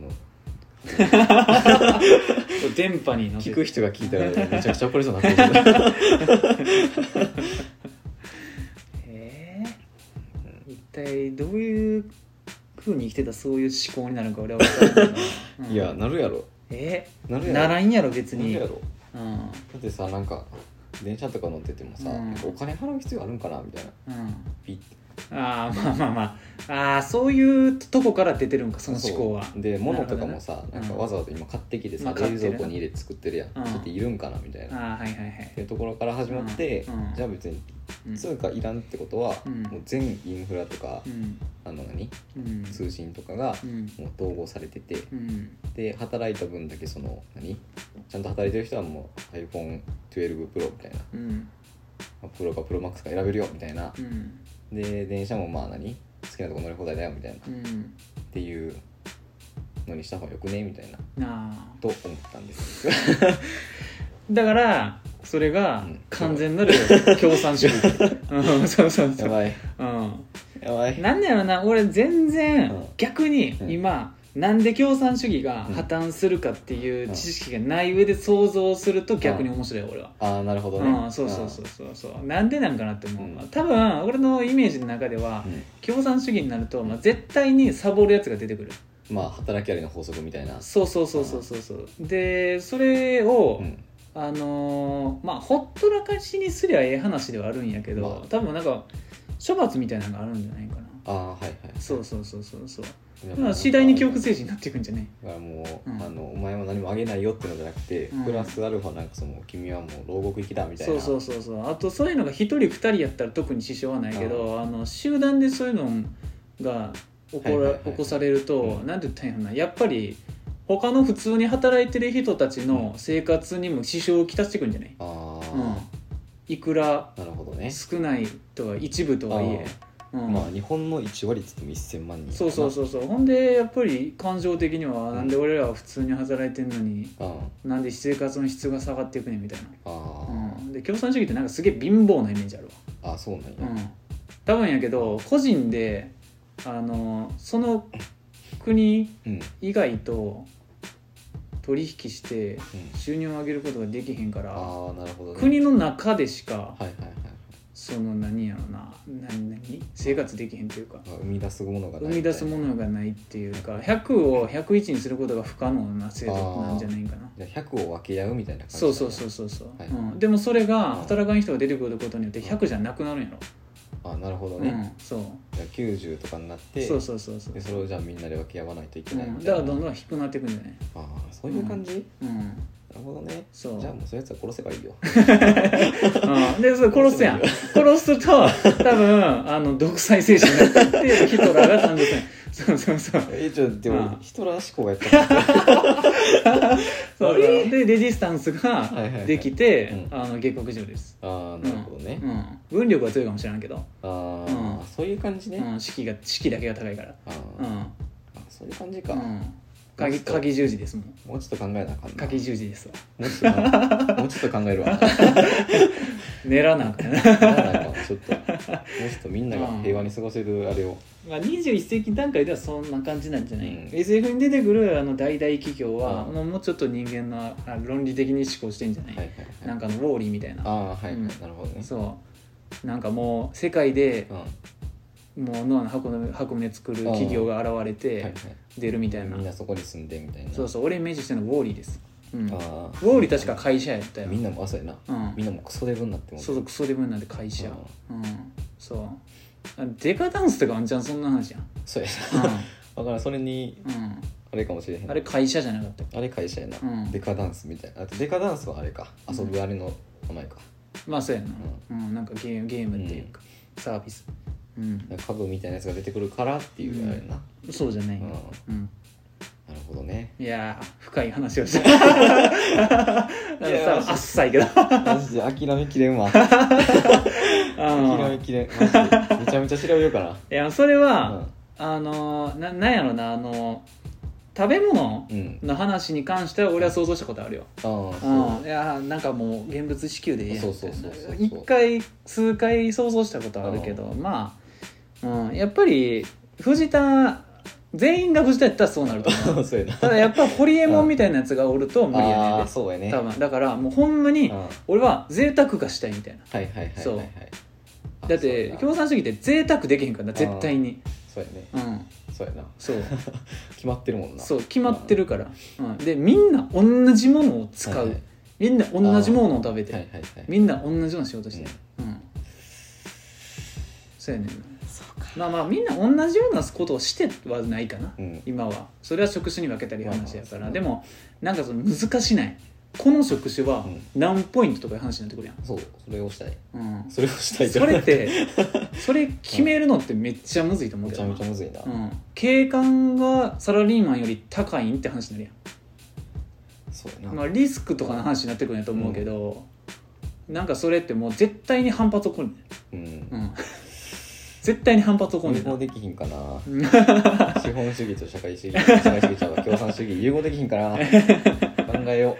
電波に乗せて聞く人が聞いたらめちゃくちゃ怒りそうになって *laughs* るえー、一体どういうふうに生きてたそういう思考になるのか俺は分からんけどうんいやなるやろえなるやろならんやろ別なるにやろうんだってさなんか電車とか乗っててもさ、うんお金払う必要あるんかなみたいなうんピッてああまあまあまああーそういうとこから出てるんかその思考はそうで物とかもさなな、るほどねんかわざわざ今買ってきてまさ、あ買ってるな冷蔵庫に入れて作ってるやん、うんちょっといるんかなみたいあなっあはいはいはいていうところから始まって、うんうんじゃあ別にうん通貨いらんってことは、うんもう全インフラとか、うんあの何うん通信とかがうんもう統合されてて、うんで働いた分だけその何ちゃんと働いてる人はもう iPhone12Pro みたいなうんまあプロかプロマックスか選べるよみたいなうんで電車もまあ何好きなとこ乗り放題だよみたいなっうんていうのにした方がよくねみたいななあと思った *laughs* んですよだからそれがうん完全なる共産主義うんそうそうそやうばいうんやばいなんだろうな俺全然うん逆に今なんで共産主義が破綻するかっていう知識がない上で想像すると逆に面白い俺はああなるほどねうん、そうそうそうそうそうなんでなんかなって思う、うん多分俺のイメージの中ではうん共産主義になると、まあ、絶対にサボるやつが出てくるまあ働きありの法則みたいなそうそうそうそうそうそうでそれを、うんあのーまあほっとらかしにすりゃええ話ではあるんやけど、まあ多分なんか処罰みたいなのがあるんじゃないかなああはいはいそうそうそうそうそうやっぱまあ次第に教育政治になっていくんじゃないだからもう、うんあのお前は何もあげないよってのじゃなくて、うんプラスアルファなんかその君はもう牢獄行きだみたいなそうそうそうそうあとそういうのが一人二人やったら特に支障はないけど、あの集団でそういうのが起こら、はいはいはい起こされると、うんなんて言ったらいいのかなやっぱり他の普通に働いてる人たちの生活にも支障をきたしてくんじゃない、ああ、うんいくらなるほどね、少ないとは一部とはいえ、うんまあ日本の1割って言っても1000万人そうそうそうそうほんでやっぱり感情的には、なんで俺らは普通に働いてんのにう、うん、なんで生活の質が下がっていくねんみたいなあー、うん、で共産主義ってなんかすげえ貧乏なイメージあるわ、あそうなんや、うん、多分やけど個人であのその国うんうん以外と取引して収入を上げることができへんからああなるほどね国の中でしかはいはいはいその何やろな何何生活できへんというかまあ生み出すものがない生み出すものがないっていうか100を101にすることが不可能な制度なんじゃないかなじゃあ100を分け合うみたいな感じそうそううそうそうそう、はいうん、でもそれが働かん人が出てくることによって100じゃなくなるんやろあなるほどうね、ん、そうじゃあ90とかになってそうそうそうそうでそれをじゃあみんなで分け合わないといけうないんみだかたいな、らどんどん低くなっていくんじゃないああそういう感じ、うんなるほどねそうじゃあもうそういうやつは殺せばいいようん、でそれ殺すやん殺すと多分あの独裁精神になってヒトラーが誕生するそうそうそう *laughs* えちょでうんも人らしこが *laughs* やったからそうあれでレジスタンスがはいはいはいできて、うんあの下克上です、ああうんなるほどね、うん、軍力は強いかもしれんけど、ああ、うんそういう感じね、うん、士気が士気だけが高いからあーうん、あそういう感じか、うん、鍵鍵十字ですもんもうちょっと考えなあかんな鍵十字ですわもうちょっとな *laughs* もうちょっと考えるわな練らなあかんななんかちょっともうちょっとみんなが平和に過ごせるあれをまあ21世紀段階ではそんな感じなんじゃない、うん SF に出てくるあの大々企業は、うんもうもうちょっと人間のあ論理的に思考してんじゃない、はいはいなはいんかあのウォーリーみたいなああはいはいうんなるほどねそうなんかもう世界でうんはもうノアの箱の箱舟作る企業が現れいはいて出るみたいな、みんなそこに住んでみたいなそうそう俺イメージしてるのはウォーリーです、うん、ウあォあーリー確か会社やったよみんなも朝やなうんみんなもクソデブになってもそうそうクソデブになんで会社うんうん、そうあデカダンスとかあんちゃんそんな話やん、そうやうなだからんそれに *laughs* んあれかもしれへうんん、あれ会社じゃなかったっけあれ会社やな、うんデカダンスみたいなあとデカダンスはあれかうん遊ぶあれの名前か,、まあそうやな、うんなんかゲームゲームっていうか、サービス、うん、家具みたいなやつが出てくるからっていうあれな、そうじゃなういんよ、なるうんほ *laughs* どねいやー深い話を *laughs* したなんかさあっさいけどマジで諦めきれんわ諦うめんきれんマジでめちゃめちゃ調べようかいやそれなは、あのーななんやろなあの食べ物うん、うん、の話に関しては俺は想像したことあるよ、ああそううん、いやーなんかもう現物支給でいいやんそうそうそうそう一回数回想像したことあるけど、まあ、うん、やっぱり藤田全員が藤田やったらそうなると *laughs* 思うそうやなただやっぱホリエモンみたいなやつがおると無理やあねあんでそうやね多分だからもうほんまうにんはい俺は贅沢がしたいみたいなはいはいはいそうはいあだってそうやな共産主義って贅沢できへんからな絶対にそうやねうん *laughs* そうやなそう決まってるもんなそう決まってるから、うん、でみんな同じものを使う、はいはいみんな同じものを食べて、はいはいはいみんな同じような仕事してる、うんそうやねんなまあまあみんな同じようなことをしてはないかな、うん今はそれは職種に分けたり話やかまあまらあでもなんかその難しないこの職種はうん何ポイントとかいう話になってくるやん、そうそれをしたいうん、それをしたいそれってそれ決めるのってめっちゃむずいと思うめけちゃどめなちゃむずいな、うん、警官がサラリーマンより高いんって話になるやんそうやな、まあ、リスクとかの話になってくるんやと思うけど、なんかそれってもう絶対に反発起こるね、うん *laughs* うん、絶対に反発起こる融ねんな合できひんかなうん資本主義と社会主義社会主義ちゃうわ共産主義融合できひんかな考えよ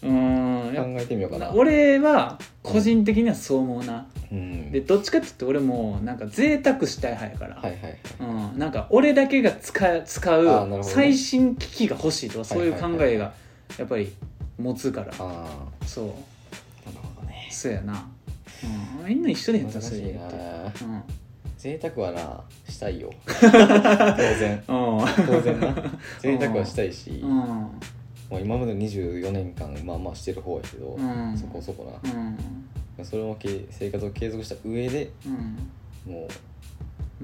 うーんうやっ考えてみようかぱなな俺は個人的にはそう思うな、うんでどっちかって言って俺もなんか贅沢したい派やから、はいはいはいうん、なんか俺だけが使う使あーなるほどうね最新機器が欲しいとかそういう考はいはいえはいはがやっぱり持つから、あそうあなるほどねそうやな、うん、みんな一緒でやった難らそうしいやなってうん贅沢はなし *laughs* たいよ当然うん当 *laughs* 然な贅沢はしたいし、うもんう今までの24年間まあまあしてる方やけど、うんそこそこな、うんそれもけ生活を継続した上でうんもう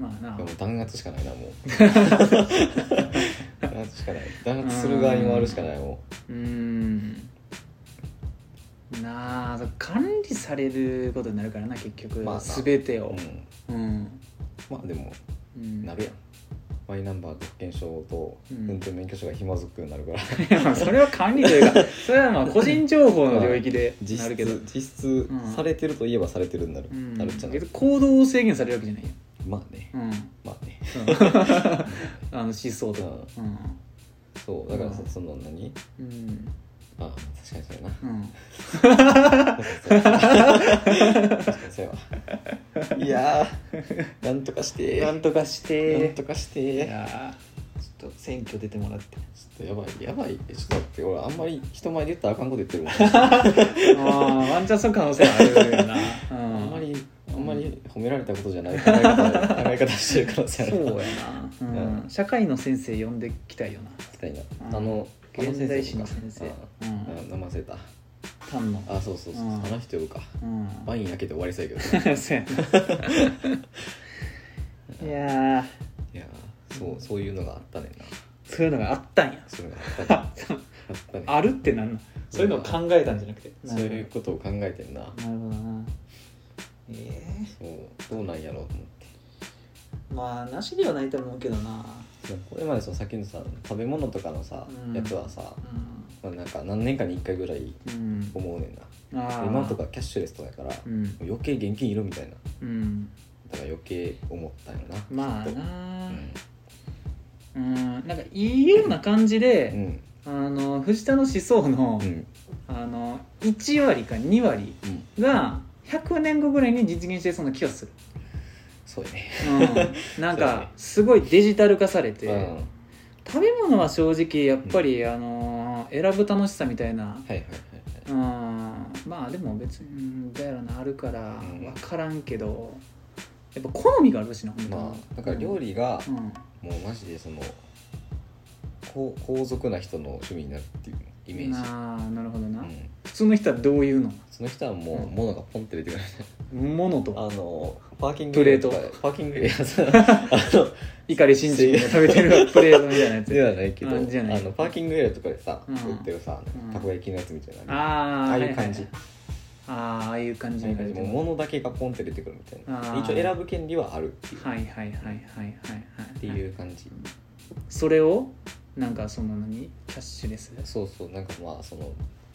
まあないやもう弾圧しかないなもう *laughs* 弾圧しかない弾圧する側に回るしかないもうんなあ管理されることになるからな結局、まあな全てう、うをん、うん、まあでもうん、なるやんマイナンバーと保険証とうん運転免許証がひまずくなるかいら、やまあそれは管理というかそれはまあ個人情報の領域で *laughs* 実なるけど、質実質うんされてるといえばされてるになる、うん、なるっちゃなけどる行動を制限されるわけじゃないよ、まあねうんまあねあの思想とかそうだからそうんその何うんうんあ確かにそうや *laughs* うんな確かにそうやわいやー *laughs* なんとかしてなんとかしなんてとかしいてやーちょっと選挙出てもらってちょっとやばいやばいえちょっと待って俺あんまり人前で言ったらあかんこと言ってるもん *laughs* ああワンチャンその可能性はあるよな、うん、あんまりあんまり褒められたことじゃない考え方で考え方してるからさ *laughs* そうやな、うんうん社会の先生呼んできたいよなみたいうんなあのあの現代史のか先生あうんあ飲ませた丹野あそうそうそううんあの人呼ぶかうんワイン開けて終わりそうやけど *laughs* そうや *laughs* ないやーいやーそうそういうのがあったねんなそういうのがあったんやそういうのがあったね *laughs* あったねあるってなんなんそういうのを考えたんじゃなくてそういうことを考えてんななるほどなえそうどうなんやろうと思ってえまあなしではないと思うけどなそうこれまでそのさっきのさ食べ物とかのさうんやつはさうまあなんか何年かに1回ぐらいん、思うねんなうん、あー今とかキャッシュレスとかやからうん余計現金いるみたいなだかうんら余計思ったんやろなまあきっとな、うんうんなんかいいような感じうで、んあの藤田の思想の,、うんあの1割か2割うんが100年後ぐらいに実現してそうな気がする、そうやね *laughs* うん、なんかすごいデジタル化されて、うん食べ物は正直やっぱり、あの選ぶ楽しさみたいなはいはいはいうんまあでも別にうんだよなあるからうん分からんけどやっぱ好みがあるしな本当まあだから料理がうんうんもうマジでそのこう皇族な人の趣味になるっていうイメージ、ああなるほどな、うん、普通の人はどういうのその人はもううん物がポンって出 *laughs* てくるものとあのパーキングプレートエリアとかパーキングエリアさ *laughs* あの *laughs* 怒り信じが食べてるプレートみたいなやで *laughs* つはないけどあじゃないあのパーキングエリアとかでさ、うん売ってるさうんたこ焼きのやつみたいな、ああーあいう感じ、はいはいはいあーああいう感じああいにうな感るじもう物だけがポンって出てくるみたいあなー一応選ぶ権利はあるっていう,、はいはいはいはいはいはいっていう感じそれをなんかその何キャッシュレスそうそうなんかまあその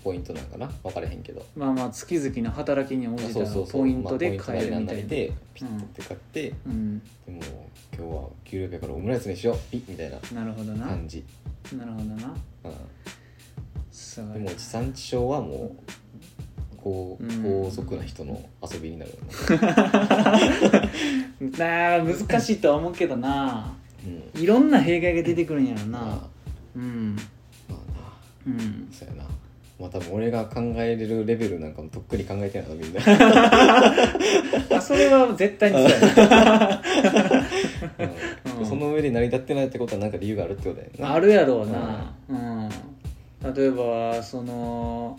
ポイントなんかな分からへんけどまあまあ月々の働きに応じたそうそうそうポイントでまあポイ買えるンみトたなりないりなでピッて買って、うんでも今日は給料日やからオムライスにしようピッみたいななるほどなな感じ、るほどなうんすごでいも地産地消はもうこううん高速な人の遊びになるよね、なあ難しいとは思うけどなうんいろんな弊害が出てくるんやろなまうんあまあうんなそうやなまあ多分俺が考えれるレベルなんかもとっくに考えてないなみんな、あそれは絶対にそうやうんその上で成り立ってないってことはなんか理由があるってことやねん *laughs* なあなるやろうなうん例えばその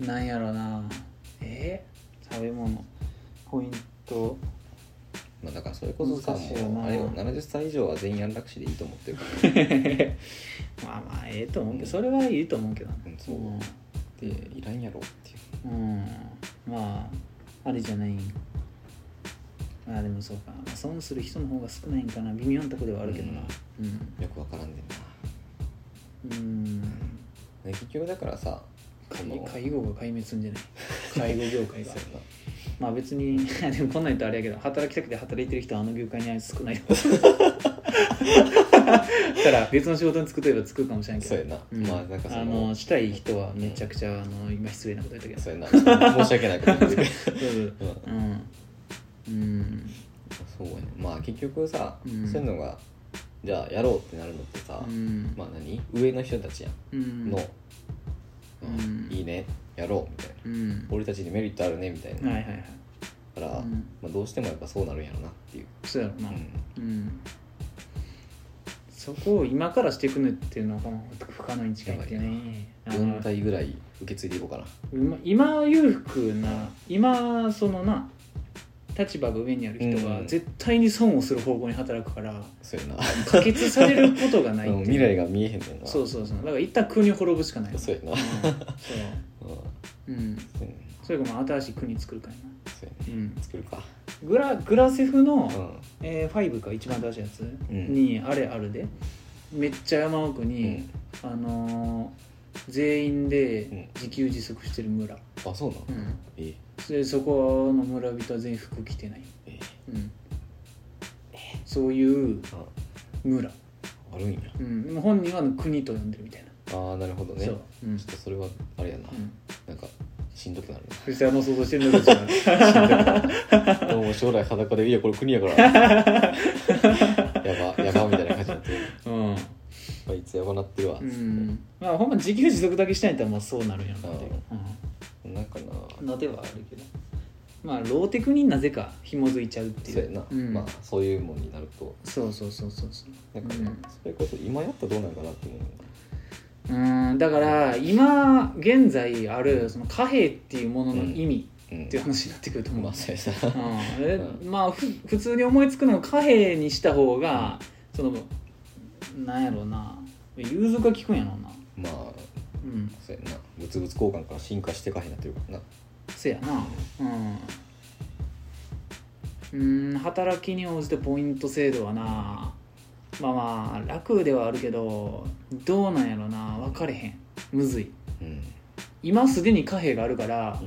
なんやろなえ食べ物ポイントまあだからそれこそさ難しいよなもうあれよ70歳以上は全員安楽死でいいと思ってるか *laughs* らまあまあええと思うけどそれはいいと思うけどなうんそうっていらんやろっていううんまああれじゃないまあでもそうか損する人の方が少ないんかな微妙なとこではあるけどなうんよくわからんねんうんなで結局だからさあの介介護が壊滅すんじゃ *laughs* ない介護業界がそうやなまあ別に *laughs* でもこんなん言ったらあれやけど働きたくて働いてる人はあの業界には少ないよ *laughs* だから別の仕事に就くといえば就くかもしれんけどそうやな、うんまあなんかそあののしたい人はめちゃくちゃあの今失礼なこと言ったけどそうやなちょっと申し訳ないこと言って *laughs* るうんうんうんうんそうやねまあ結局さ、うんそういうのがじゃあやろうってなるのってさ、うんまあ何上の人たちやうんんの、うんうんいいねやろうみたいなうん俺たちにメリットあるねみたいな、はいはいだはいから、うんまあ、どうしてもやっぱそうなるんやろなっていう、そうやろうなんうんそこを今からしていくのっていうのはこの不可能に近いってねあの4体ぐらい受け継いでいこうかな今今裕福な今そのな立場が上にある人はうん絶対に損をする方向に働くからそうやな可決されることがないうんって *laughs* 未いう来が見えへんねんなそうそうそうだから一旦国を滅ぶしかないそうやな、うんそううんそううんやねそれがまあ新しい国作るからなそうやねうん作るかグラグラセフの、うんえー、5か一番新しいやつ、んにあれあるでめっちゃ山奥うにん、あのー全員うんで自給自足してる村、あそうなの、うん、えでそこの村人は全員服着てない、ええうん、そういうえあ村、あるんやうん、でも本人は国と呼んでるみたいな、ああなるほどねそう、うんちょっとそれはあれやな、うん、なんかしんどくなるな藤沢の想像してるんだけど *laughs* でも将来裸でいやこれ国やからや *laughs* ばやばみたいな感じになってる違ううんあいつやばなってるわ、うんまあほんま自給自足だけしたいんやったらまあそうなるんやろなっていう、なんかなうん、のではあるけどまあローテクになぜか紐づいちゃうっていそううやな、んまあそういうもんになるとそうそうそうそうそうなんかな、うんそれこそ今やったらどうなんかなって思ううんだから今現在あるその貨幣っていうものの意味うんっていう話になってくると思う、 *laughs* まうあんそうやなえうまあふ普通に思いつくのを貨幣にした方がそのなんやろうな融通が効くんやろうなまあうんそうやな物々交換から進化してかへんなってるからなせやなうんうん働きに応じてポイント制度はなまあまあ楽ではあるけどどうなんやろな分かれへんむずいうん今すでに貨幣があるから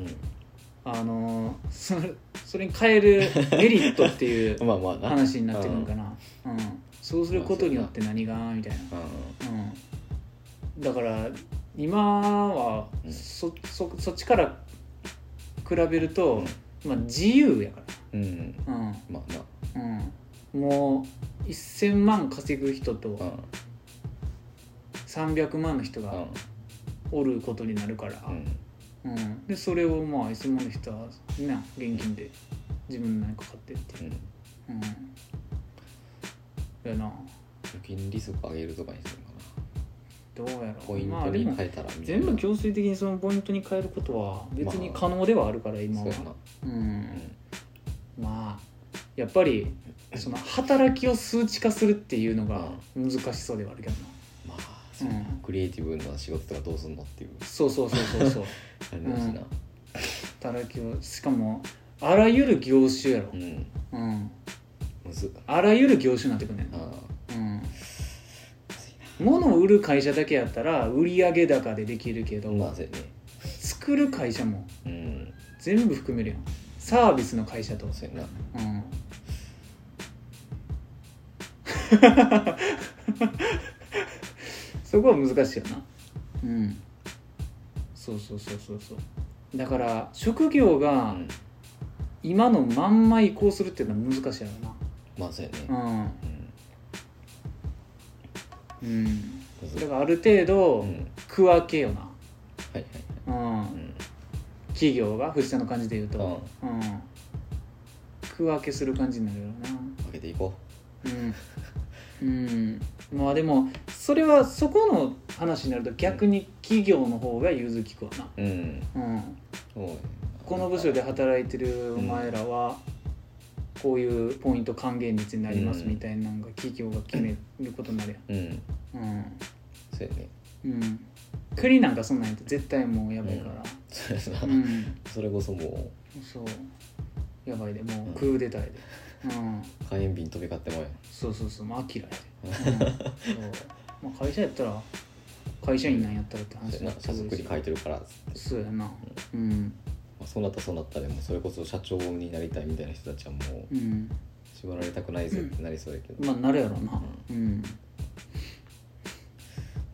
あのーそれそれに変えるメリットっていうまあまあな話になってくるかな、うん、そうすることによって何がみたいなううん、だから今はうんそ,、そそっちから比べるとん、まあ、自由やかうんうんら、まあなうんうん、もう1,000万稼ぐ人うとん300万の人うがんおることになるから、うんうんでそれをまあ1,000万の人はな現金で自分の何か買ってって、うんうん、やな預金利息上げるとかにするのかどうやなろポインまトあでにも変えたらみたい全な部強制的にそのポイントに変えることは別に可能ではあるから今そは、うやなうん、まあやっぱりその働きを数値化するっていうのが難しそうではあるけどな、まあそうやなうんクリエイティブな仕事とかどうすんのっていうそうそうそうそうそうあれだしな働きをしかもあらゆる業種やろう、んうん、むずっあらゆる業種になってくんねんあな、あうん、物を売る会社だけやったら売上高でできるけど、まあそうやね作る会社もうん全部含めるやんサービスの会社と、そうやなうん、 *laughs* そこは難しいよなうんそうそうそうそうそうだから職業がうん今のまんま移行するっていうのは難しいやまあそうやねろなうんうん、うん、むずだっからある程う度ん区分けよなはいはいうん、うん企業が藤田の感じで言ううんとうん、区分けする感じになるよな上げていこうん、うん、まあでもそれはそこの話になると逆に企業の方が融通きくわううんな、うん、そうやなこの部署で働いてるお前らはこういうポイント還元率になりますみたいなのが企業が決めることになるうんやん、そうやねうんうん、国なんかそんなんやと絶対もうやばいからそうやうな、ん、それこそもそうやばいでもうクーデターやで、うん、う火炎瓶飛び交ってもやそうそうそうまあ *laughs* 嫌いで、うんそうまあ、会社やったら会社員なんやったらって話そうになやっなて社くる作に書いてるからっつってそうやなうんまあ、そうなったらそうなったでもそれこそ社長になりたいみたいな人たちはもううん縛られたくないぜってなりそうやけど、まあなるやろなうん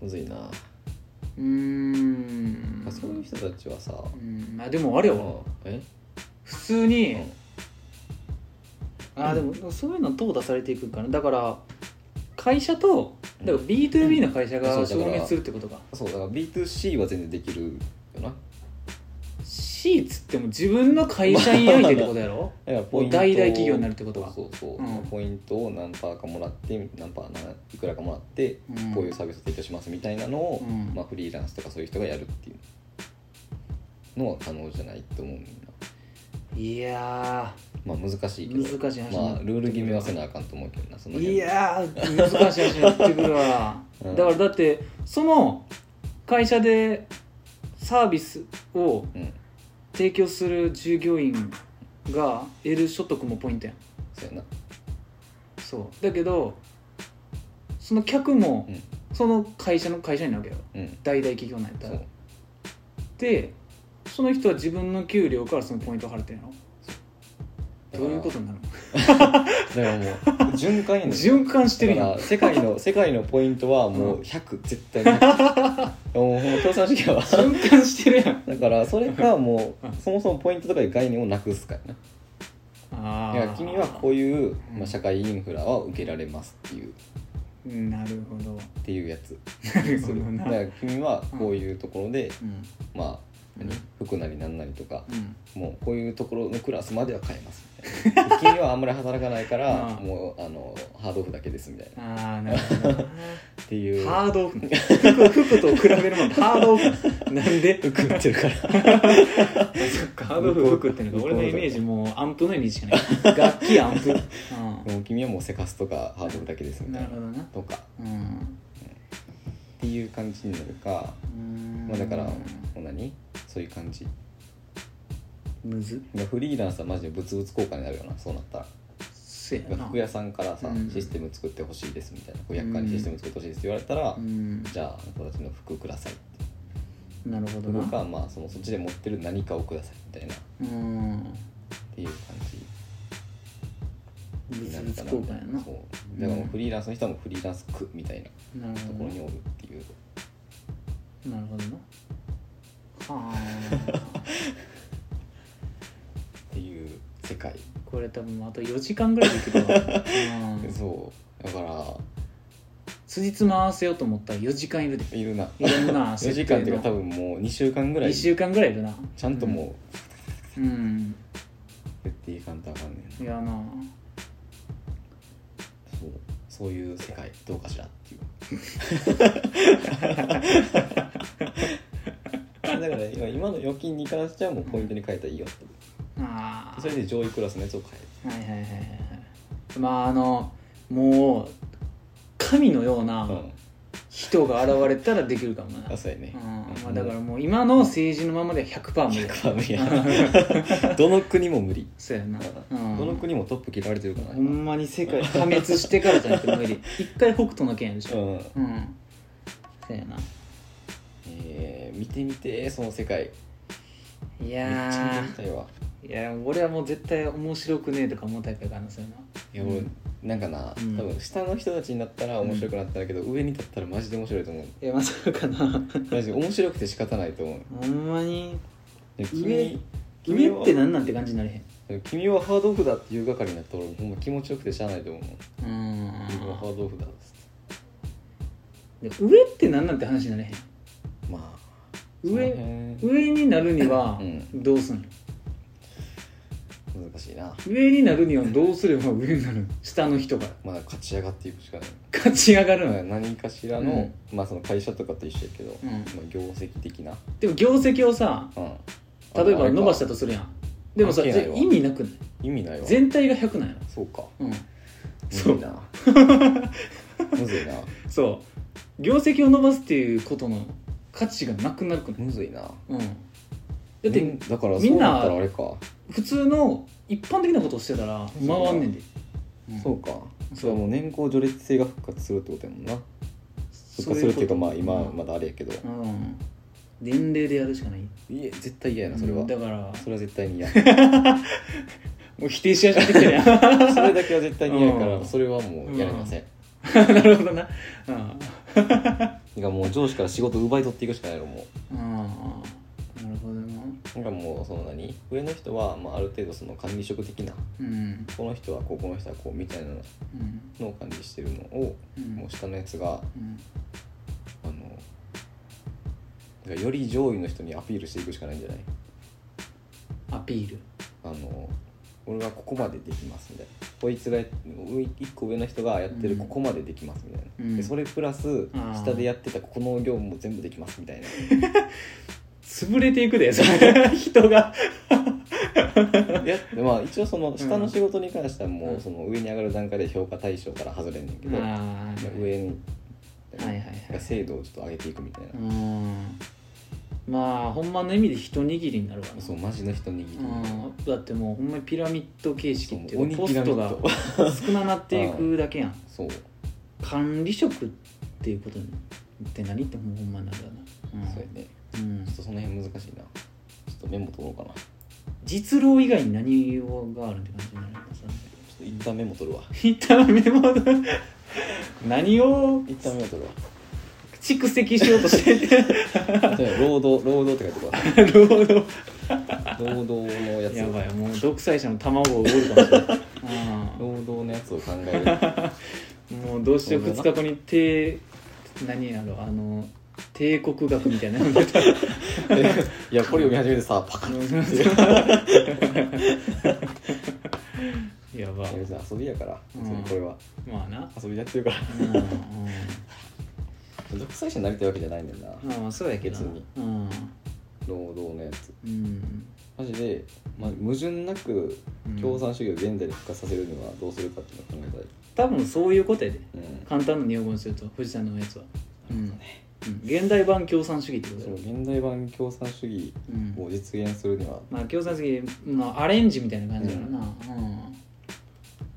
むずいな、うーんまあそういう人たちはさ、うんあでもあれようんえ、普通にうんあでもそういうの淘汰されていくんからだから会社とだから B2B の会社うがんそう消だから滅するってことかそうだから B2C は全然できるよな C っつっても自分の会社員相手ってことやろだから大々企業になるってことはそうそうそう、うんポイントを何パーかもらって何パーないくらかもらって、うんこういうサービスを提供しますみたいなのを、うんまあ、フリーランスとかそういう人がやるっていうのは可能じゃないと思うんだいやまあ難しいけどー難しい話にまなあルール決めはせなあかんと思うけどなその辺いやー難しい話になってくるわ、うんだからだってその会社でサービスをうん提供する従業員が得る所得もポイントやんそうやなそうだけどその客もうんその会社の会社になるわけようん大々企業なんやったそらうでその人は自分の給料からそのポイントを払ってるのどういうことになるのだからもう *laughs* 循環やねん循環してるやんだから世界の世界のポイントはもう100、絶対 *laughs* に100もうほんま共産主義やわ循環してるやんだからそれかもうんうそもそもポイントとかいう概念をなくすからあなーいや君はこういう、うんまあ、社会インフラは受けられますっていううんなるほどっていうや *laughs* つなるほすどるなだから君はこういうところで、うんまあうん何服なりなんなりとかうんもうこういうところのクラスまでは買えますみた *laughs* いな君はあんまり働かないからうんもうあのハードオフだけですみたいなああなるほどなっていうハードオフ服服と比べるもんハードオフなんで服売ってるからそっかハードオフ服ってのが俺のイメージもうアンプのイメージしかない楽器アンプ、うもう君はもうセカスとかハードオフだけですん、みたないるなほどなとかっうんていう感じになるか、うんまあ、だからもう何そういう感じむずフリーランスはマジで物々交換になるよなそうなったらせやな服屋さんからさ、うんシステム作ってほしいですみたいなお客さんにシステム作ってほしいですって言われたら、うんじゃああなたたちの服くださいってなるほどとなか、まあ、そのそっちで持ってる何かをくださいみたいなっうんていう感じにな物る々かな交換やなそうだからもうフリーランスの人はもうフリーランス区みたいななるとほこどろにおるっていう、なるほどなはあっていう世界、これ多分あと4時間ぐらいできる *laughs* わ、うん、そうだから辻つま合わせようと思ったら4時間いるでいるないろん *laughs* な4設時定間のっていうか多分もう2週間ぐら1いち週間ぐらいいるなゃんともううん、うんやっていかんとあかんねんないやなそうそういう世界どうかしら *laughs* っていうだから今今の預金に関してはもうポイントに変えたらいいよってああそれで上位クラスのやつを変えはいはいはいはいはいまああのもう神のようた、う、なん人が現れたらできるかもな、あそうやね、うんまあ、だ *laughs* からもう今の政治のままでは100%無理だ100%無理や *laughs* どの国も無理、そうや *laughs* な、うん、どの国もトップ切られてるからほんまに世界破滅してからじゃなくて無理一回北斗の剣やるでし *laughs* うょんうんそうやなえー見てみてその世界いめっちゃや見てみたいわーいや俺はもう絶対面白くねえとか思うタイプやからなそういうのいや俺、なんかな、うん多分下の人たちになったら面白くなったんだけど、上に立ったらマジで面白いと思ういやまさかなマジで面白くて仕方ないと思う *laughs* ほんまにで上君上はってなんなんて感じになれへん君はハードオフだっていう係になったらほんま気持ちよくてしゃあないと思ううん君はハードオフだっつってで上ってなんなんて話になれへんまあ上その上になるにはうんどうすんの、辺難しいな上になるにはどうすれば上になるの下の人がまあ勝ち上がっていくしかない勝ち上がるだかのら何かしらの,、まあその会社とかと一緒やけど、うんまあ、業績的な、でも業績をさうん、例えば伸ばしたたとするやんでもさ関係ないわ意味なくない意味ないわ全体が100なんやろそうかうんむずそい *laughs* うなむずいなそう業績を伸ばすっていうことの価値がなくなるくないむずいなうんだっみてんだからみそんうななったらあれか、普通の一般的なことをしてたらう回んねんでんそうかんそれはもう年功序列性が復活するってことやもんな復活するっていうかまあ今はまだあれやけど、うん年齢でやるしかないいえ絶対嫌やなそれは、うんだからそれは絶対 *laughs* に嫌そもう否定し始めてきてるやんれだけは絶対に嫌やかうらんそれはもうやれません、 *laughs* なるほどなうんだからもう上司から仕事奪い取っていくしかないのもああなるほどなうなんかもうその何上の人は、まあ、ある程度その管理職的なうんこの人はこうこの人はこうみたいなうんのを管理してるのを、うんもう下のやつがうんあのだからより上位の人にアピールしていくしかないんじゃないアピールあの俺はここまでできますみたいなこいつが1個上の人がやってるうんここまでできますみたいな、うんでそれプラスあー下でやってたここの業務も全部できますみ *laughs* たいな潰れていくでそ *laughs* れ人がやってまあ一応その下の仕事に関してはもうその上に上がる段階で評価対象から外れんねんけど、ああ上に、はいはいはい精度をちょっと上げていくみたいなう、んまあほんまの意味で一握りになるわなそうマジの人握り、うん、だってもうほんまにピラミッド形式ってそういう鬼かポピスラミトッがド少ななっていくだけ *laughs* やんそう管理職っていうことって何ってほんまになるわな、うんそうやねうんちょっとその辺難しいなちょっとメモ取ろうかなちょ実労以外に何があるって感じになるのさ *laughs* っと一旦メモ取るわ一旦メモだ何を一旦メモ取るわ蓄積しようとしてて例えば労働労働って書いてくださいなるほ *laughs* ど労働のやつやをばいもう独裁者の卵を売るかもしれ *laughs* ない労働のやつを考えうんもうどうしよう2日後に帝何やろうあの帝国学みたいなの出たる *laughs* いやこれ読み始めてさパカッ *laughs* やばいや別に遊びやから別にこれはまあな遊びでやってるからうん、うん独裁者になりたいわけじゃないねんだなまあまあそうやけどな別にうん労働のやつうんマジで、まあ、矛盾なくうん共産主義を現代に復活させるにはどうするかっていうのを考多分そういうことやでえたい、うん簡単な日本語にすると富士山のやつは、うんうん現代版共産主義ってことそだのろ、現代版共産主義うんを実現するには、まあ、共産主義のアレンジみたいな感じだろうな、うん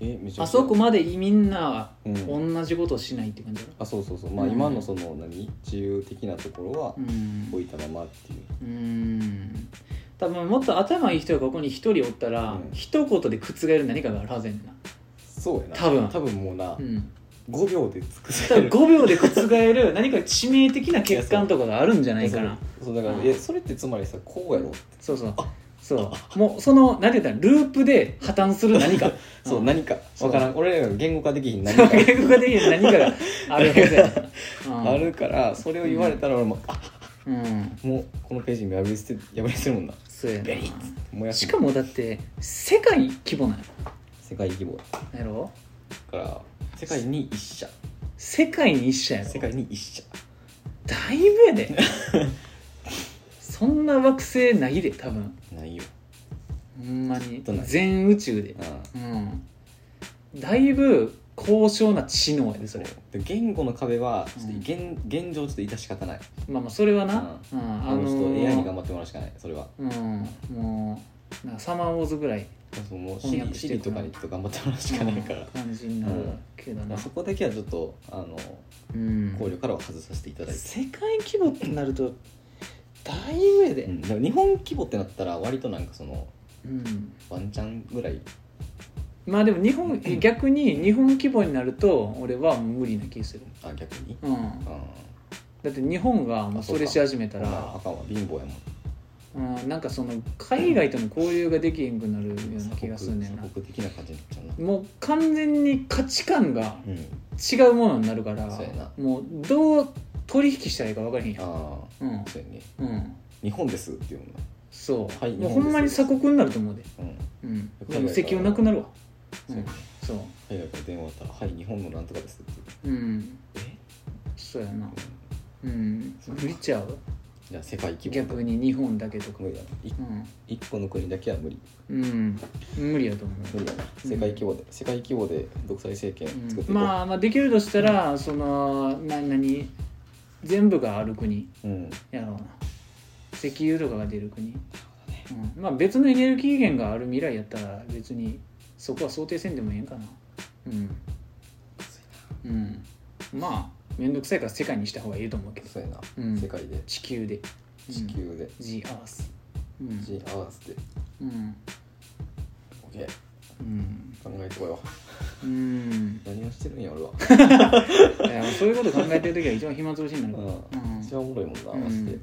えめちゃあくちゃそこまでみんなはうん同じことをしないって感じだろあそうそうそうまあうん今のその何自由的なところはうん置いたままっていううん多分もっと頭いい人がここに一人おったら、うん一言で覆る何かがあるはずやねんなそうやな多分多分もうな、うん、五5秒で尽く多せ分る5秒で覆る何か致命的な欠陥とかがあるんじゃないかなそうそうだから、うんえそれってつまりさこうやろってそうそうそうもうその何て言ったらループで破綻する何かそう、ん何かそう分からん俺らが言語化できひん何か外国ができる何かがあるはずやな、うん、あるからそれを言われたら俺も、あうんもうこのページに破り捨て破り捨てるもんなそうやベリッなもやししかもだって世界規模なん世界規模だやろから世界に一社世界に一社やろ世界に一社だいぶやでそんな惑星ないで多分ないよほんまにとない全宇宙であうんだいぶ高尚な知能やでそれで言語の壁はちょっとうん現,、現状ちょっと致し方ないまあまあそれはな、うんああのの人ー AI に頑張ってもらうしかないそれはうんもうなんかサマーウォーズぐらいそうもうシ翻リ訳してシいリくとなかにちょっと頑張ってもらうしかないから、うんだか感じになるけどなら、そこだけはちょっとあのうん考慮からは外させていただいて、世界規模ってなるとだいぶやうでんでも日本規模ってなったら割となんかそのうんワンチャンぐらいまあでも日本え逆に日本規模になると俺はもう無理な気するあ逆にうんうんだって日本がもうそれし始めただかららあかんわ貧乏やもんうん、なんかその海外との交流ができへんくなるような気がするねんな鎖国的な感じになっちゃうなもう完全に価値観がうん違うものになるからそうやなもうどう取引したらいいか分からへんやんあうんあそうやねうん日本ですっていうもんなそう、はいもうほんまに鎖国になると思うでうんうん海外でからも石油なくなるわうそうんそう海外から電話あったら「はい日本のなんとかです」っていううんえそうやうなんうんそうか無理ちゃうじゃあ世界規模逆に日本だけとか無理だな一うん一個の国だけは無理うん無理やと思う無理だな世界規模で、世界規模で独裁政権作っていこう、まあ、まあできるとしたら、そのな何全部がある国うんやろうな石油とかが出る国うん、まあ別のエネルギー源がある未来やったら別にそこは想定せんでもええんかなうん、うん、まあ面倒くさいから世界にした方がいいと思うけどそうやな、うん世界で地球で地球で、ジアースうんジアースでうんオッケーうん考えてこようんう何をしてるんや俺は、いやそういうこと考えてる時は一番暇つぶしになるから、うん、一番おもろいもんな、うんマジで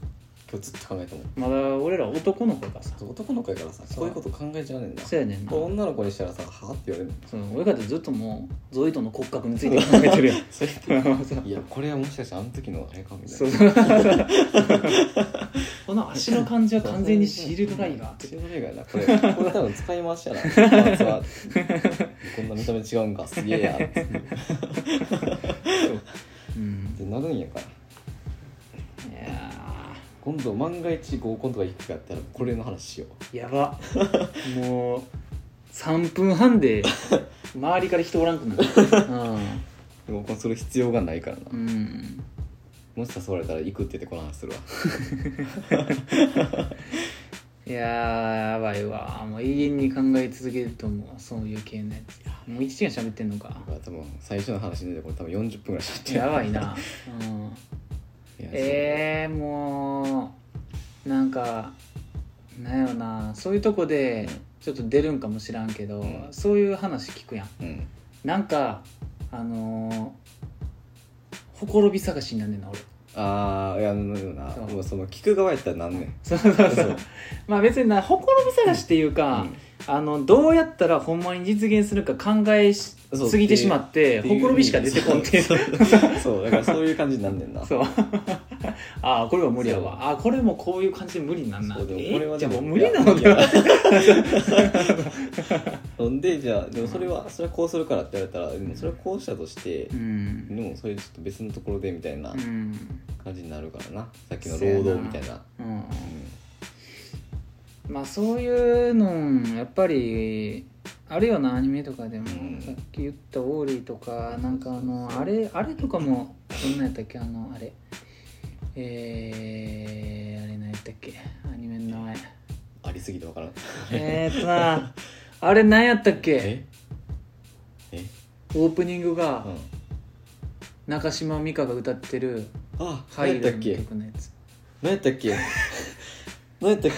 今日ずっと考えたもんまだ俺ら男の子やからさ男の子やからさそうこういうこと考えちゃうねんなそうやねんなこう女の子にしたらさはあって言われるそう俺かってずっともうゾイドの骨格について考えてるやんそれってそういやこれはもしかしてあの時のあれかみたいそなうそうこの足の感じは完全にシールドライガーっシてールドライガーやなこれこれ多分使い回しやなパーツはこんな見た目違うんかすげえやってうんなるんやからいや今度万が一合コンとか行くかってやったらこれの話しよーやばもう3分半で周りから人おらんくなるう合コンする必要がないからなうん、うん、もし誘われたら行くって言ってこの話するわいやーやばいわもう永遠に考え続けると思うそういう系のやつもう1時間喋ってんのかだから多分最初の話でこれ多分40分ぐらいしちゃやってばい *laughs* な、うんるいやそうえー、もうなんかなんやろなそういうとこでちょっと出るんかもしらんけど、うんそういう話聞くやんうんなんかあのー、ほころび探しになんねんな俺 *laughs* ああいやなんだろうなそうもうその聞く側やったらなんねんそうそうそうそうまあ別になほころび探しっていうか、あのどうやったらほんまに実現するか考えしそうすぎてしまってってほいうころびしか出てこんってそそううそうだからそういう感 *laughs* じになんねんなそうああこれは無理やわああこれもこういう感じで無理になんなそうでもえこれはじでゃあももう無理なのいでやは *laughs* ほんでじゃあでもそれはそれはこうするからって言われたらでもそれはこうしたとしてう、んでもそれちょっと別のところでみたいなうん感じになるからなさっきのそうやな労働みたいなうんうまあそういうのやっぱりあるよなアニメとかでも、うんさっき言った「オーリー」とかなんかあのそうそうあれあれとかもどんなんやったっけあのあれえー、あれ何やったっけアニメの名前んありすぎてわからんえーっとなあれ何やったっけええオープニングうがん中島美嘉が歌ってるあ「ハ何やイったドっのけ *laughs* 曲のやつ何やったっけ何やったっけ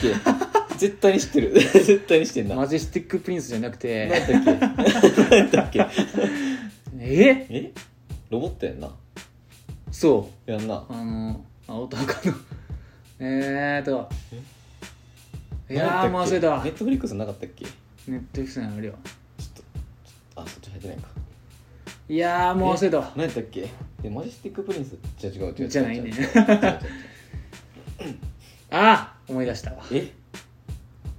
絶対に知ってる *laughs* 絶対に知ってんなマジェスティックプリンスじゃなくて何だっけ *laughs* 何だっけええロボットやんなそやんなうあのあ音かのえーといやー何もうっ忘けれたわネットフリックスなかったっけちょネットフリックスにあるよっとちょっとあそっち入ってないかいやーもう忘れたわ何やったっけでマジェスティックプリンスじゃ違う違う違うじゃないね違う違う違う違う *laughs* あー思い出したわえちょっ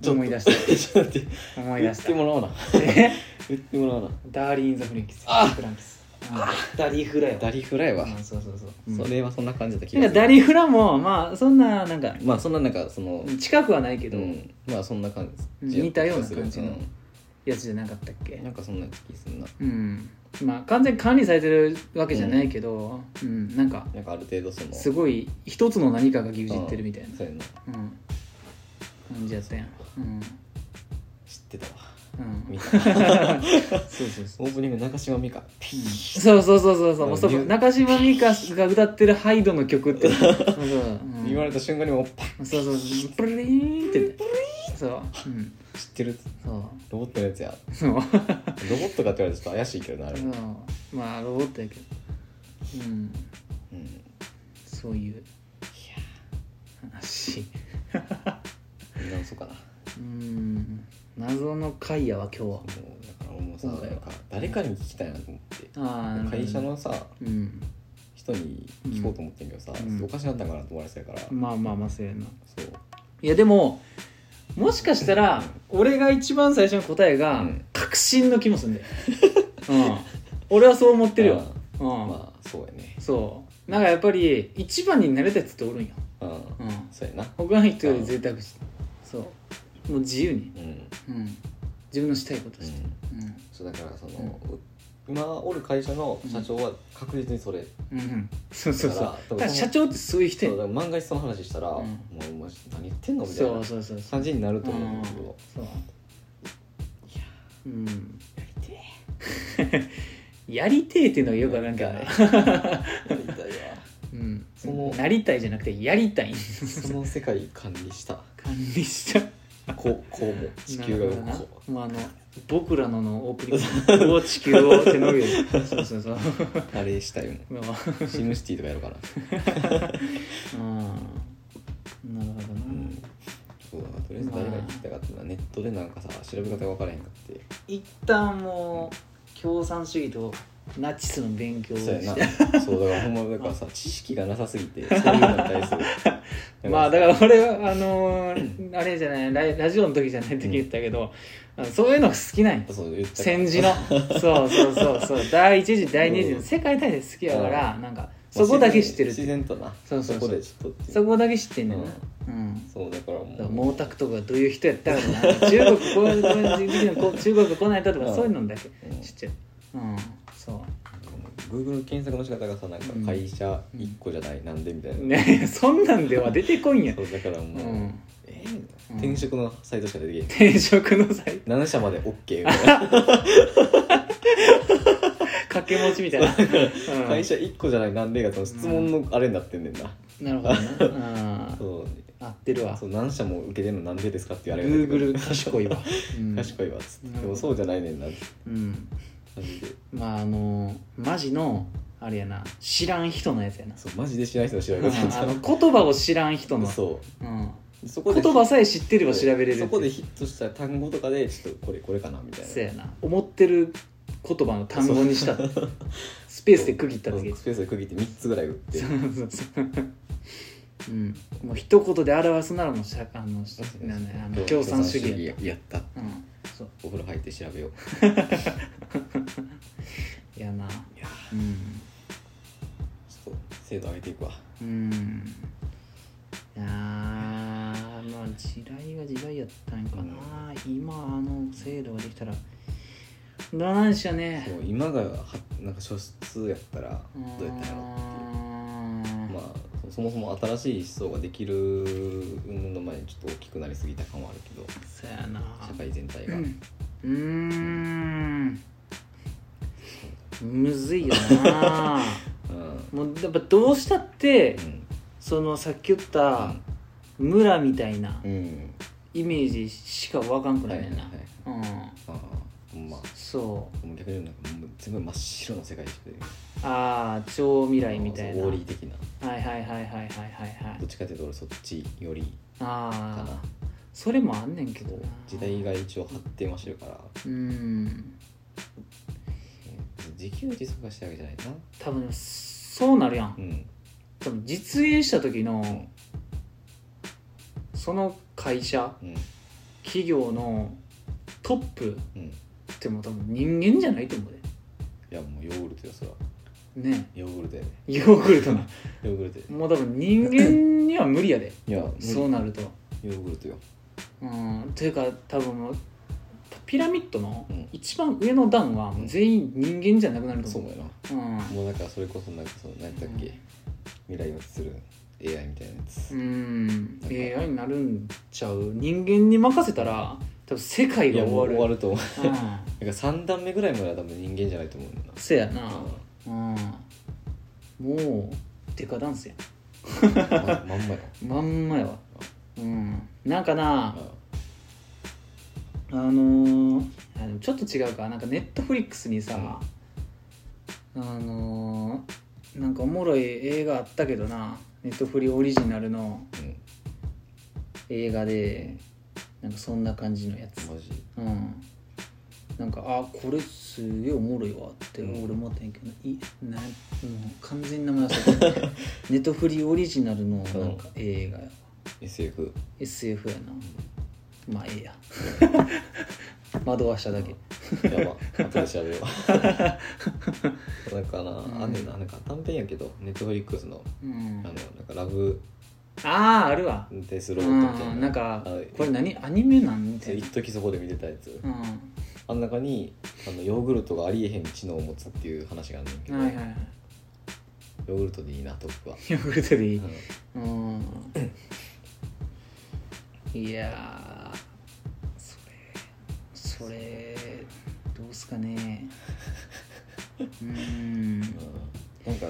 と思い出したえ *laughs* ちょっと待って思い言出っしてたもらお *laughs* うなえ言ってもらおうなダーリン・ザ・フランキスあフランキスうんダリフラよダリフライはうんそうそうそうそれはそんな感じだった気なんがかすダるリフラもまあそんななんかまあそんななんかその近くはないけうど、んまあそんな感うんじ似たような感じのうんやつじゃなかったっけなんかそんな気すんなうんまあ完全に管理されてるわけじゃないけど、うんなんかなんかある程度そのすごごい一つの何かが牛耳ってるみたいな、そうやなうん感じやったやんうん、知ってたわう見ん、た *laughs* そうそうそうオープニング中島美嘉ピーそうそうそうそうそうもうそうんう中島美嘉が歌ってるハイドの曲ってそうそう、うん言われた瞬間にもうパッそうそうそうプリーンって言ってそう、うん、知ってるそロボットのやつやうそうロボットかって言われてちょっと怪しいけどなあれもうんまあロボットやけどうんうんそういう話見直そうかなもうん謎の会やわ今日はうだからもうさそうだなよんか誰かに聞きたいなと思ってあー会社のさうん人に聞こうと思ってんけどさ、うんおかしなったんかなと思われてたから、まあまあまあそうやなそういやでももしかしたら俺が一番最初の答えうがん確信の気もすん *laughs* だよ、うん、俺はそう思ってるよ、うんあーまあそうやねそうなんかやっぱり一番になれたやつっておるんよ、うん、うん、そうやな他の人より贅沢してそうもう自由に、うん、うん、うん、自分のしたいことして、うんそうだからその、今おる会社の社長は確実にそれ、うんうん、そうそうそうだだからから社長ってそういう人そうやだから万が一その話したら、うんもうマジ何言ってんのみたいそなうそうそうそう感じになるとう思うんんだけど、そううんやりて *laughs* やりてえっていうのがよくわからんけどやなりえやりたいわうんそのなりたいじゃなくてやりたいその世界管理した管理したこうこうも地球が動なるほこどなもうあの僕らののオープニ *laughs* ングを地球を手の上でそうそうそううあれしたいもんまあシムシティとかやろうかな、うんなるほどな、うん、そうだなとりあえず誰が聞きたかったのはネットでなんかさ調べ方が分からへんかって一旦もう共産主義とナチスの勉強をそうしてやなそうだからほんまだからさ知識がなさすぎてそういうのに対す *laughs* るまあだから俺はあのーあれじゃないララジオの時じゃない時言ったけど、あのそういうのが好きなんよらそう言った戦時のそうそうそうそう第一次第二次うのん世界大戦好きやから、なんかそこだけ知ってるって自然となそうそうそうこでちょっとっていうそこだけ知ってんねんなうんそうだからもだからう毛沢東がどういう人やったかとかなんか中国こういうこういう時のこう *laughs* 中国が来ないととうかんそういうのだけうん知ってるうんそうグーグル検索の仕方がさなんか会社一個じゃない、なんでみたいな、ねえ *laughs* そんなんでは出てこいんやそうだからもうう、んえー転職のサイトしか出てけへん転職の際7社まで OK みたいな掛け持ちみたいな、うん会社1個じゃないなんでがその質問のあれになってんねんな、なるほどなうんそう合ってるわそう何社も受けてんのなんでですかって言われる Google 賢いわ、うん、 *laughs* 賢いわっつってなるでほどもそうじゃないねんなってうん感じでまああのマジのあれやな知らん人のやつやなそうマジで知らない人の調うべん方だあっの言葉を知らん人たの、 *laughs* そうん、うそこで言葉さえ知ってれば調べれるってそこでヒットした単語とかでちょっとこれこれかなみたいなそうやな思ってる言葉の単語にしたスペースで区切っただけそうスペースで区切って3つぐらい打ってそうそうそううん、もう一言で表すならもうしゃあのしなんだよあの共産主義やややったうんそうお風呂入って調べよういやないやうんちょっと精度上げていくわうんいやーまあ時代が時代やったんかな、今あの制度ができたらどうなんでしょうねそう今がはなんか初出やったらどうやったんやろううーんまあそそもそも新しい思想ができる運の前にちょっと大きくなりすぎた感はあるけどそうやな社会全体が、うんうーんむずいよ *laughs* なうんもうやっぱどうしたってうんそのさっき言った村みたいなうんイメージしかわかんくはないいはいねんな、うんああほんまそもう逆になんかもう全部真っ白の世界してるうああ超未来みたいなウォはーいリー的なはいはいはいはいはいはいどっちかというと俺そっちよりかあなあそれもあんねんけどな時代が一応発展はしてるからうん自給自足はしてるわけじゃないな多分そうなるやんうん多分実現した時のその会社うん企業のトップうんいってもう多分人間じゃないと思うやもうヨーグルトよそれはでねヨーグルトやねヨーグルトなヨーグルトやねもう多分人間には無理やでいや *laughs* 無理そうなるとヨーグルトようんというか多分もうピラミッドのうん一番上の段はもう全員人間じゃなくなるとそう思うだよなうんもうなんかそれこそなんかその何だっけ未来を映る AI みたいなやつうんなんか AI になるんちゃう人間に任せたら多分世界いがやもう終終わわるると思ううんなんか3段目ぐらいまでは多分人間じゃないと思うんだよせやななうんもうデカダンスやままんまやまんまやわうんなんかなああのーあでもちょっと違うかなんかネットフリックスにさ、あのーなんかおもろい映画あったけどなネットフリオリジナルのうん映画でなんかそんな感じのやつマジうんなんかあこれすげえおもろいわってうん俺思ったんやけど、いなもう完全に名前忘れたネットフリオリジナルのなんか映画やわ SF SF やなまあええや惑わしただけやば後で調べよ *laughs* うなんかなあんねんななんか短編やけどネットフリックスのうんあのなんかラブあああるわデスうロボットみたいなんなんかあのこれ何アニメなんみたそういな一時そこで見てたやつうんあん中にあのヨーグルトがありえへん知能を持つっていう話があんねんけど、はいはいはいヨーグルトでいいなトップは、ヨーグルトでいうんいうんいやーそれそれどうすかねうんなんか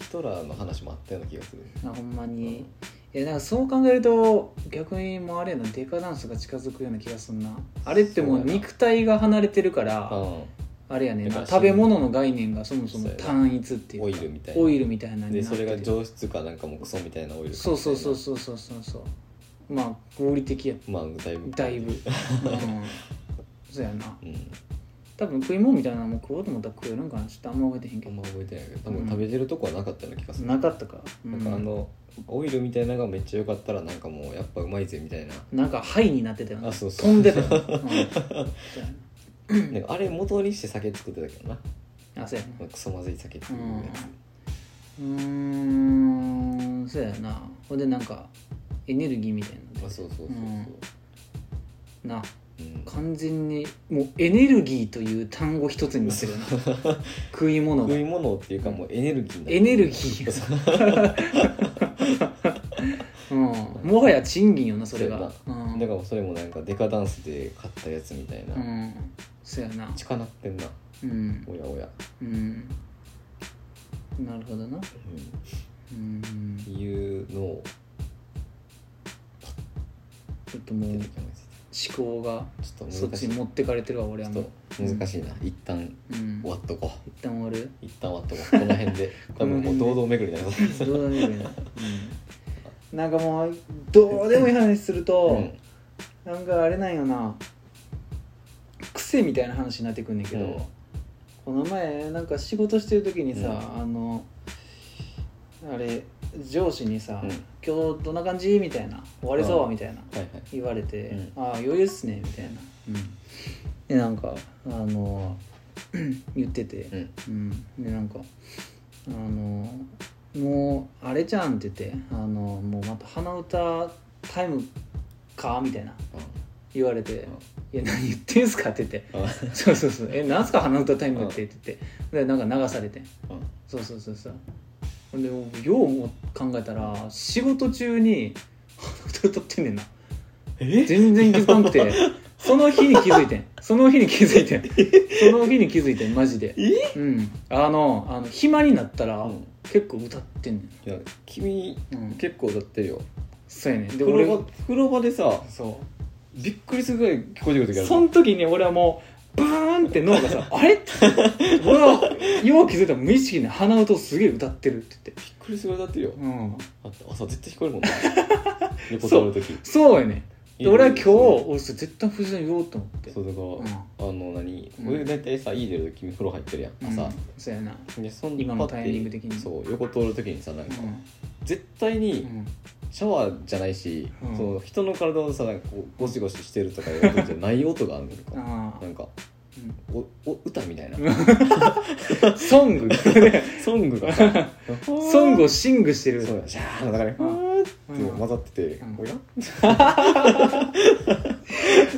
ヒトラーの話もあったような気がするあほんまにいやなんかそう考えると逆にもうあれやなデカダンスが近づくような気がすんなあれってもうそうやな肉体が離れてるからうあれやねんだかなら食べ物の概念がそもそもそうやな単一っていんうかオイルみたいなオイルみたいなのになっなてでるそれが上質かなんかもうクソみたいなオイルかそうそうそうみそうそうそうそうまあ合理的やたいなまあだいぶだいぶ、うん、そうやなうん多分食い物みたいなのも食おうと思ったら食えるんかなちょっとあんま覚えてへんあけんどま覚えてないけど多分食べてるとこはなかったような気がする、なかったか,、うなんん、かあのオイルみたいなのがめっちゃ良かったらなんかもうやっぱうまいぜみたいななんかハイになってたよなあそうそう飛んでたよな、うん、そうや *laughs* なんかあれ元にして酒作ってたけどななあそうやなクソまずい酒っていうやつうーんそうやなほんでなんかエネルギーみたいなのあでそうそうそうそうなうん完全にもうエネルギーという単語一つになって *laughs* るよな食い物が食い物っていうかもうエネルギーになってるエネルギーそう *laughs* うん、もはや賃金よなそれがそううやなんだからそれもなんかデカダンスで買ったやつみたいな、うんそうやな近なってんなうんおやおや、うんなるほどなっうんていうのをちょっともう出思てきまし考がたちそょっっと難ちしにい持ってかれてるわ俺はちょもっうと難しいな一旦うん終わっとこう一旦終わ *laughs* る一旦終わっとこうこの *laughs* 辺で多分もう堂々巡りだよどうでもいいよねうんなんかもうどうでもいい話すると、うんなんかあれなんよな癖みたいな話になってくんねんけど、うんこの前なんか仕事してる時にさ、うあのあれ上司にさ「うん今日どんな感じ?」みたいな「終わりそう」うんみたいなはいはい言われて「うんああ余裕っすね」みたいな、でなんかあの *clears throat* 言ってて、うんうん、でなんかあのもうあれじゃんって言ってあのもうまた鼻歌タイムかみたいな言われて「いや何言ってんすか?」って言って *laughs* うんう「んそうそうそうえなんすか鼻歌タイムって」って言ってでなんか流されてうんそうそうそうそうほんでようも考えたら仕事中に鼻歌歌ってんねんなえ全然気づかんくてその日に気づいてんその日に気づいてんその日に気づいてんマジでうえんあのあの暇になったら、うん結構歌ってんねいや君ん、うん、結構歌ってるよそうやねんで風俺呂場風呂場でさそびっくりするぐらい聞こえてくる時あるその時に俺はもうバーンって脳がさ「あれ?」俺はよう気づいたら無意識に鼻音すげえ歌ってるって言ってびっくりするぐらいだってるよ、うんあ朝絶対聞こえるもんね横座る時そうやねで家俺は出今る時日俺それ絶対藤田に言おうと思ってそうだから、あの何うん俺大体さ家出る時風呂入ってるやんうん朝、そうやなでそん今のパッてタイミング的にそう横通る時にさなんか、う絶対に、んシャワーじゃないし、うんその人の体をさなんかこうゴシゴシしてるとかいう音じゃない音があるのうんか *laughs* あなんかあおお歌みたいな *laughs* うんソングソング *laughs* がさソングをシングしてるそうシャーの中にうふんーって混ざってて、うんおや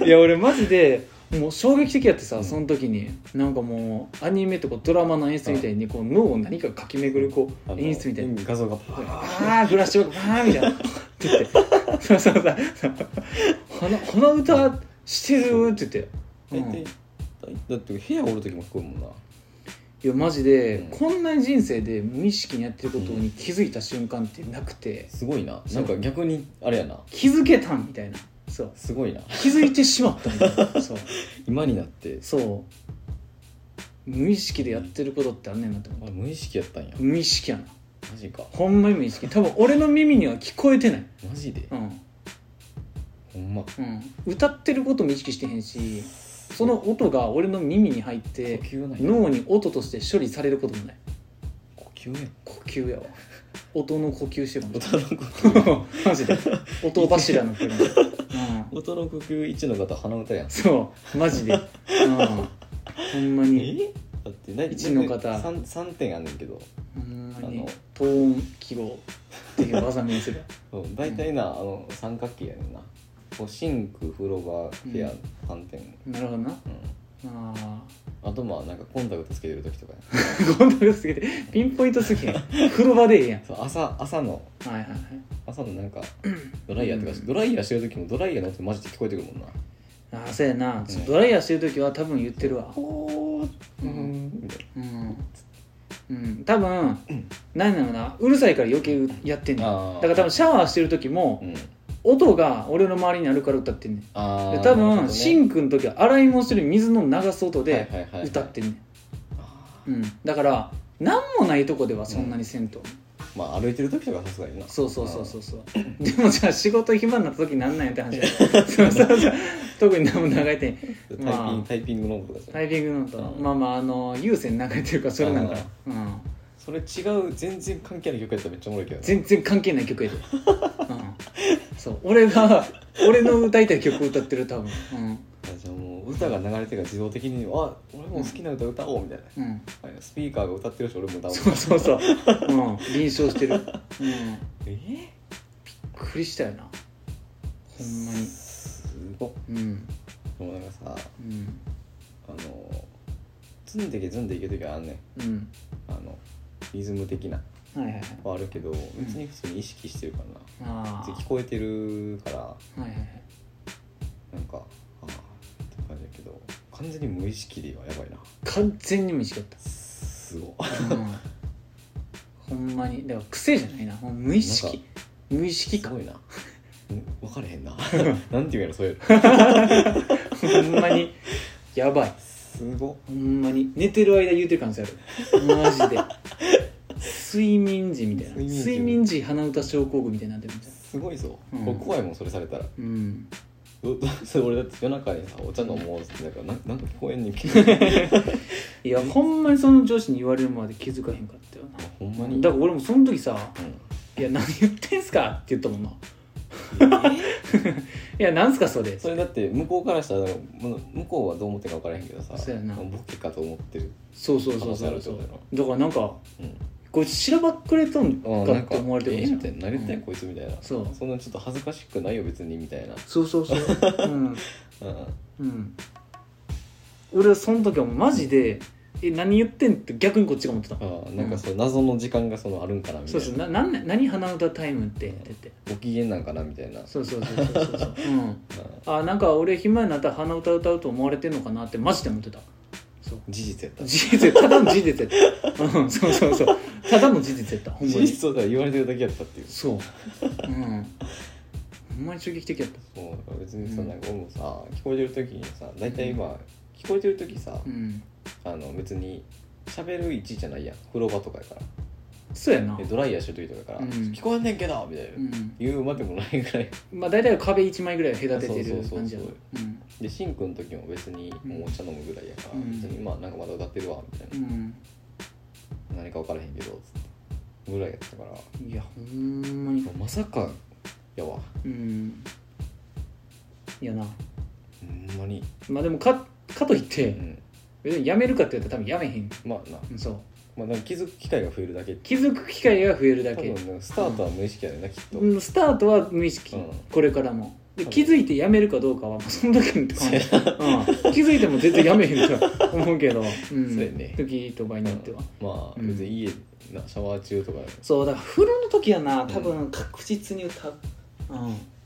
いや俺マジでもう衝撃的やってさ、うんその時になんかもうアニメとかドラマの演出みたいにこう脳を何かかき巡るこあのう演出みたいな画像がパーあーフラッシュバックあーみたいなって *laughs* 言ってそうそうそうこのこの歌してるって言って、大うん体、だって部屋おる時も聞こえるもんないやマジで、うんこんなに人生で無意識にやってることに気づいた瞬間ってなくてすごいなそなうんか逆にあれやな気づけたんみたいなそうすごいな気づいてしまったみたいなそう今になってそう無意識でやってることってあんねんなと思ってあ無意識やったんや無意識やなマジかほんまに無意識多分俺の耳には聞こえてない、マジでうんほんまうん、歌ってることも意識してへんしその音が俺の耳に入っ呼て吸ない脳に音として処理されることもない呼吸やん呼吸やわ音の呼吸してるかもし音の呼れ吸ない *laughs* マジで音柱の車、うん、音の呼吸一の方鼻歌やんそうマジで、うん、ほんまにえだって何一の方 3, 三点あんねんけどほんまあにのトーン記号っていう技身にするうん大体な、あの三角形やねんなこうシンク風呂場部屋3点、なるほどなうんあああとまあなんかコンタクトつけてる時とかやゴンタクトすぎてピンポイントすぎへん風呂場でええやんそう朝朝のはいはいはい朝のなんかドライヤーとかし、うんドライヤーしてる時もドライヤーの音マジで聞こえてくるもんなああそうやな、ドライヤーしてる時は多分言ってるわほーううんんみたいうん、うん、多分、なんだろうなうるさいから余計やってんねんあだーから多分シャワーしてる時もなうん音が俺の周りにあるから歌ってんねんあでー多なるほ分、どねシンクの時は洗い物してる水の流す音はいではいはいはい歌ってんねん、あうん、だから何もないとこではそんなにせんと、ーまあ歩いてる時とかさすがになそうそうそうそうそうでもじゃあ仕事暇になった時なんなんやって話 *laughs* だよそうそうそう特に何も流れてんタイピン、まあタイピングの音とかさタイピングのと、うんまあまああの有線流れてるからそれなんかうんそれ違う全然関係ない曲やったらめっちゃおもろいけどな全然関係ない曲やで、うん、そう俺が俺の歌いたい曲を歌ってる多分あじゃあもう歌が流れてから自動的に「あ俺も好きな歌歌おう」みたいな、うん、うん、はいスピーカーが歌ってるし俺も歌おうそうそうそう、うん、臨床してる、うん、びっえーくりしたよなほんまにすごっうんでもなんかさうんあのズンでけズンでいける時はあんねんうんあのリズム的なはいはいはいはあるけど別に普通に意識してるからな、あ別に聞こえてるからあはいはいはいなんかああって感じだけど完全に無意識ではやばいな完全に無意識だったすごっうんほんまにだから癖じゃないなもう無意なん識か無意識すかごいなうん分かれへんななんて言うんやろそういうのほんまにやばいすごっほんまに寝てる間言うてる可能性あるマジで睡眠時みたいな睡眠時睡眠時鼻歌症候群みたいになってるみたいなすごいぞ、うんこれ怖いもんそれされたらうんう *laughs* それ俺だって夜中にさお茶飲もうってなんかなんなんか聞こえんねんけど *laughs* いやほんまにその上司に言われるまで気づかへんかったよなほんまに、うん、だから俺もその時さ「いや何言ってんすか?」って言ったもんな *laughs* 「いやなんすかそれ」それだって向こうからしたらなんかむ向こうはどう思ってるか分からへんけどさそうやなボケかと思ってるそうそう可そう能性あそるうってそこうとやろだからなんかうんこいつしらばっくれとんあかって思われてえるえじゃみんたいな何言ってんうのんこいつみたいなそうそんなちょっと恥ずかしくないよ別にみたいなそうそうそううんうんうん俺はその時はもうマジで「え何言ってん?」って逆にこっちが思ってたあーなんかそう謎の時間がそのあるんかなみたそいうなそうななんな何鼻歌タイムってって言ってご機嫌なんかなみたいなそうそうそうそうそうそう、うん、うんあなんか俺暇になったら鼻歌歌うと思われてんのかなってマジで思ってたそう事実やった事実ただの事実やった、うん、そうそうそうただの事実やったほんま事実にそうだ言われてるだけやったっていうそううんんまに衝撃的やったそうだから別にさうんなんか俺もさ聞こえてる時にさ大体今聞こえてる時さうんあの別に喋る位置じゃないやん風呂場とかやからそうやなでドライヤーしてる時とかやからうん聞こえんねんけどみたいなうん言うまでもないぐらいまあ大体壁一枚ぐらい隔ててそうそうるそうそう感じやなうんでシンクの時も別にもうお茶飲むぐらいやからうん別にまあなんかまだ歌ってるわみたいうなん何か分からへんけどつってぐらいやったからいやほんまにまさかやわうんいやなほんまにまあでもかかといっうてん別にやめるかって言ったら多分やめへんまあなうんそうまあなんか気づく機会が増えるだけ気づく機会が増えるだ多け分なんかスタートは無意識やねんなきっとうんスタートは無意識、うんこれからもで多分気づいてやめるかどうかはもうその時にとか、うん、気づいても全然やめへんと思うけど、うんそうやね時とかによっては、まあうん別に家なシャワー中とかそうだから風呂の時はな多分確実に歌う、う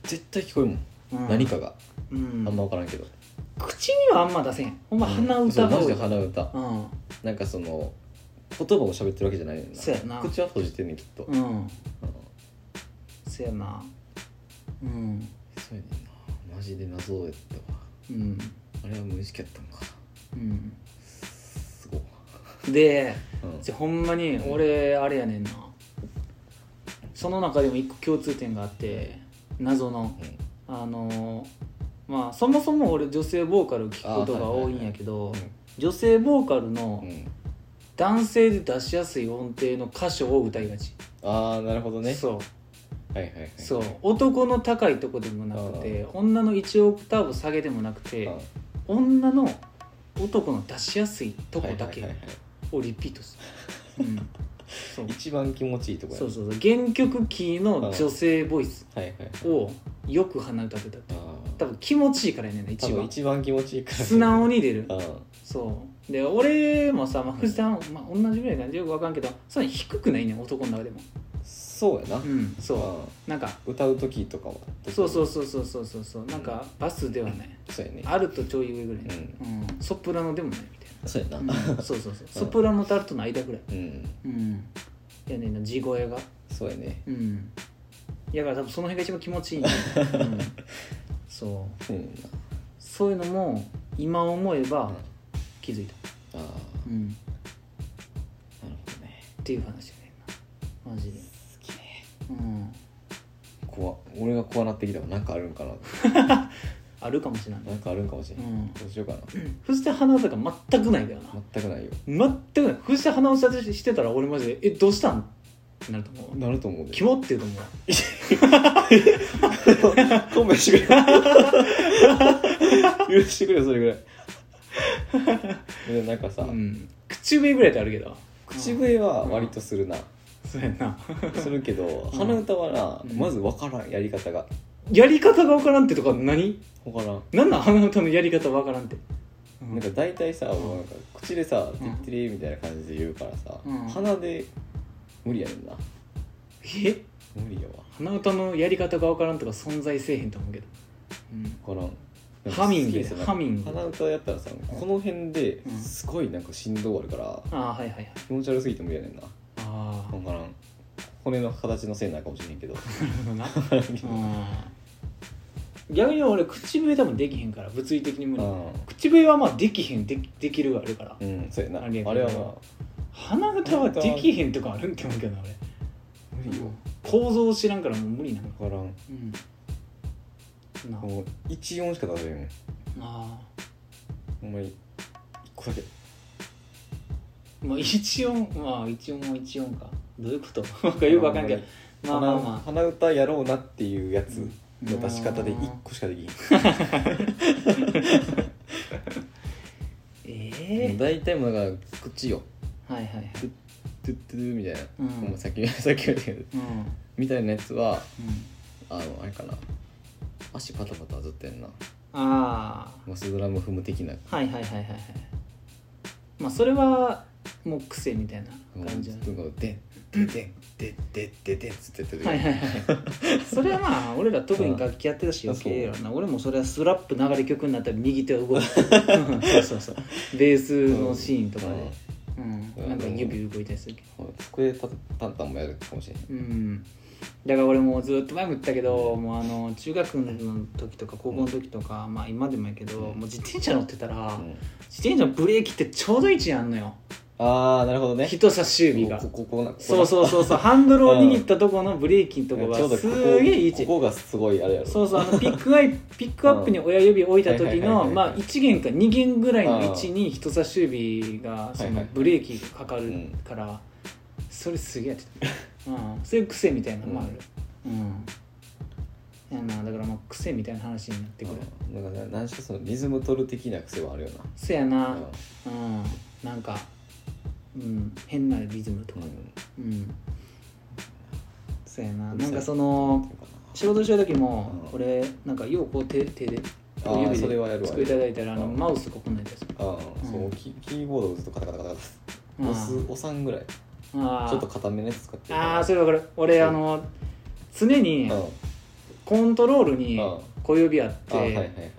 絶対聞こえるもんんうん、何、かがうん、あんま分からんけど口にはあんま出せへんほんま鼻歌そがうマ多ジいで鼻歌うんなんかその言葉を喋ってるわけじゃないねんなそうやな口は閉じてんねんきっと、うんうんそやなうんそうやねんなマジで謎やったわうんあれは無意識やったんかうんすごい、でうんじゃほんまに俺あれやねんなその中でも一個共通点があって謎のうんあのーまあそもそも俺女性ボーカル聞くことが多いんやけど、女性ボーカルのうんうん男性で出しやすい音程の箇所を歌いがち、ああなるほどねそうはいはいはいそう男の高いとこでもなくて女の1オクターブ下げでもなくうんてはい女の男の出しやすいとこだはいけはいはいをリピートす *laughs* る、うんそう一番気持ちいいとこやそうそうそう原曲キーの女性ボイスはいはいはいをよく鼻歌ってたあ多分気持ちいいからやねんなー多一分番一番気持ちいいから素直に出るうんそうで俺もさ、まあ、藤田も、まあ、同じぐらいなんでよくわかんけどそんな低くないねん男の中でもそうやなうんそうんうなんか歌う時とかはそうそううそうそうそうそうそうなんかバスではないそうやねあるとちょい上ぐらい、うんうん、ソプラノでもないみたいそうやなな、うんそうそうそうソプラノとアルトの間ぐらい、うんうん、いやねんな地声がそうやねうんいやだから多分その辺が一番気持ちいい、うん、そううんそういうのも今思えあば気づいた、あーなるうん、ほどねっていう話やねんなマジで、好きねうん、怖っ俺が怖なってきたわなんかあるんかなあるかもしれない、なんかあるんかもしれうんん、どうしようかな藤田花歌が全くないからな全くないよ全くない藤田花歌してたら俺マジで「えどうしたん?」ってなると思うなると思うでキモって言うと思う *laughs* 勘弁してくれ *laughs* 許してくれよそれぐらいでなんかさ、うん、口笛ぐらいってあるけど口笛は割とするな、そうやなするけどうん鼻歌はな、うんまず分からんやり方がやり方が分からんってとか何分からん何なん鼻歌のやり方分からんって、なんか大体さ、もうなんか口でさ「うてんってれ」みたいな感じで言うからさ、うん鼻で無理やねんなえ無理やわ鼻歌のやり方が分からんとか存在せえへんと思うけど、うん、分からんなんかハミングすげえさなんかハミング鼻歌やったらさこの辺でうんすごいなんか振動あるから、ああはいはいはい気持ち悪すぎて無理やねんなああ分からん骨の形のせいなんかもしれへんけどなるほどな *laughs* うん逆に俺口笛多分できへんから物理的に無 *laughs* う理ん口笛はまあできへんできできるがあるからうん、そうやなあありれやけどはま鼻歌はできへんとかあるんって思うけどな俺あ無理よ構造知らんからもう無理なの分からんうんなもう一音しか出せへんもんあほんまに一個だけあまあ一音まあ一音も一音かどういうこと *laughs* なんかよくわかんないけどまあ鼻まあまあ鼻歌やろうなっていうやつの出し方でうん一個しかできひんもえう大体もうなんか口よえはいはいはいトゥットゥルみたいな、うんもうさっきさっき言ったけどうんみたいなやつはうんあのあれかな足パタパタずってんなあマスドラム踏む的なあはいはいはいはいはいまあそれはもう癖みたいな感じだずっとこうでんでんでんでんでんでんでんつってやってるはいはいはいそれはまあ俺ら特に楽器やってたし余計やろな俺もそれはスラップ流れ曲になったら右手は動くうん *laughs* そうそうそう *laughs* ベースのシーンとかで、うんなんか指動いたりするけどうん机パタパンタンもやるかもしれへんうんだから俺もうずっと前も言ったけどもうあの中学の時とか高校の時とか、まあ今でもやけど、うんもう自転車乗ってたら、うん自転車のブレーキってちょうど位置にあんのよああなるほどね人差し指がここここなここなそうそうそうそうハンドルを握ったとこのブレーキのとこがちょうどすここげえいい位置ここがすごいあれやろそうそうあのピックア *laughs* イピックアップに親指を置いた時のうんはいはいはいはいまあ1弦か2弦ぐらいの位置に人差し指がそはいはのいブレーキがかかるからそれすげえやってた、うん、そういう癖みたいなのもある、うんやなだからまあ癖みたいな話になってくるうんなんかね何しろそのリズム取る的な癖はあるよそやななううんんなんか、うん、変なリズムとかうんうんそやなうるなさいんかその仕事してる時もうん俺なんかようこう手手であ小ー指それはやるでわ作りいただいたらあのうんマウスここなんですよあーそううんキキーボードをずっとカタカタカタカタ押す押さんぐらいちあーょっと硬めのやつ使ってるからあーそれわかる俺そうあの常にうんコントロールにうん小指あっあーはいはいはいて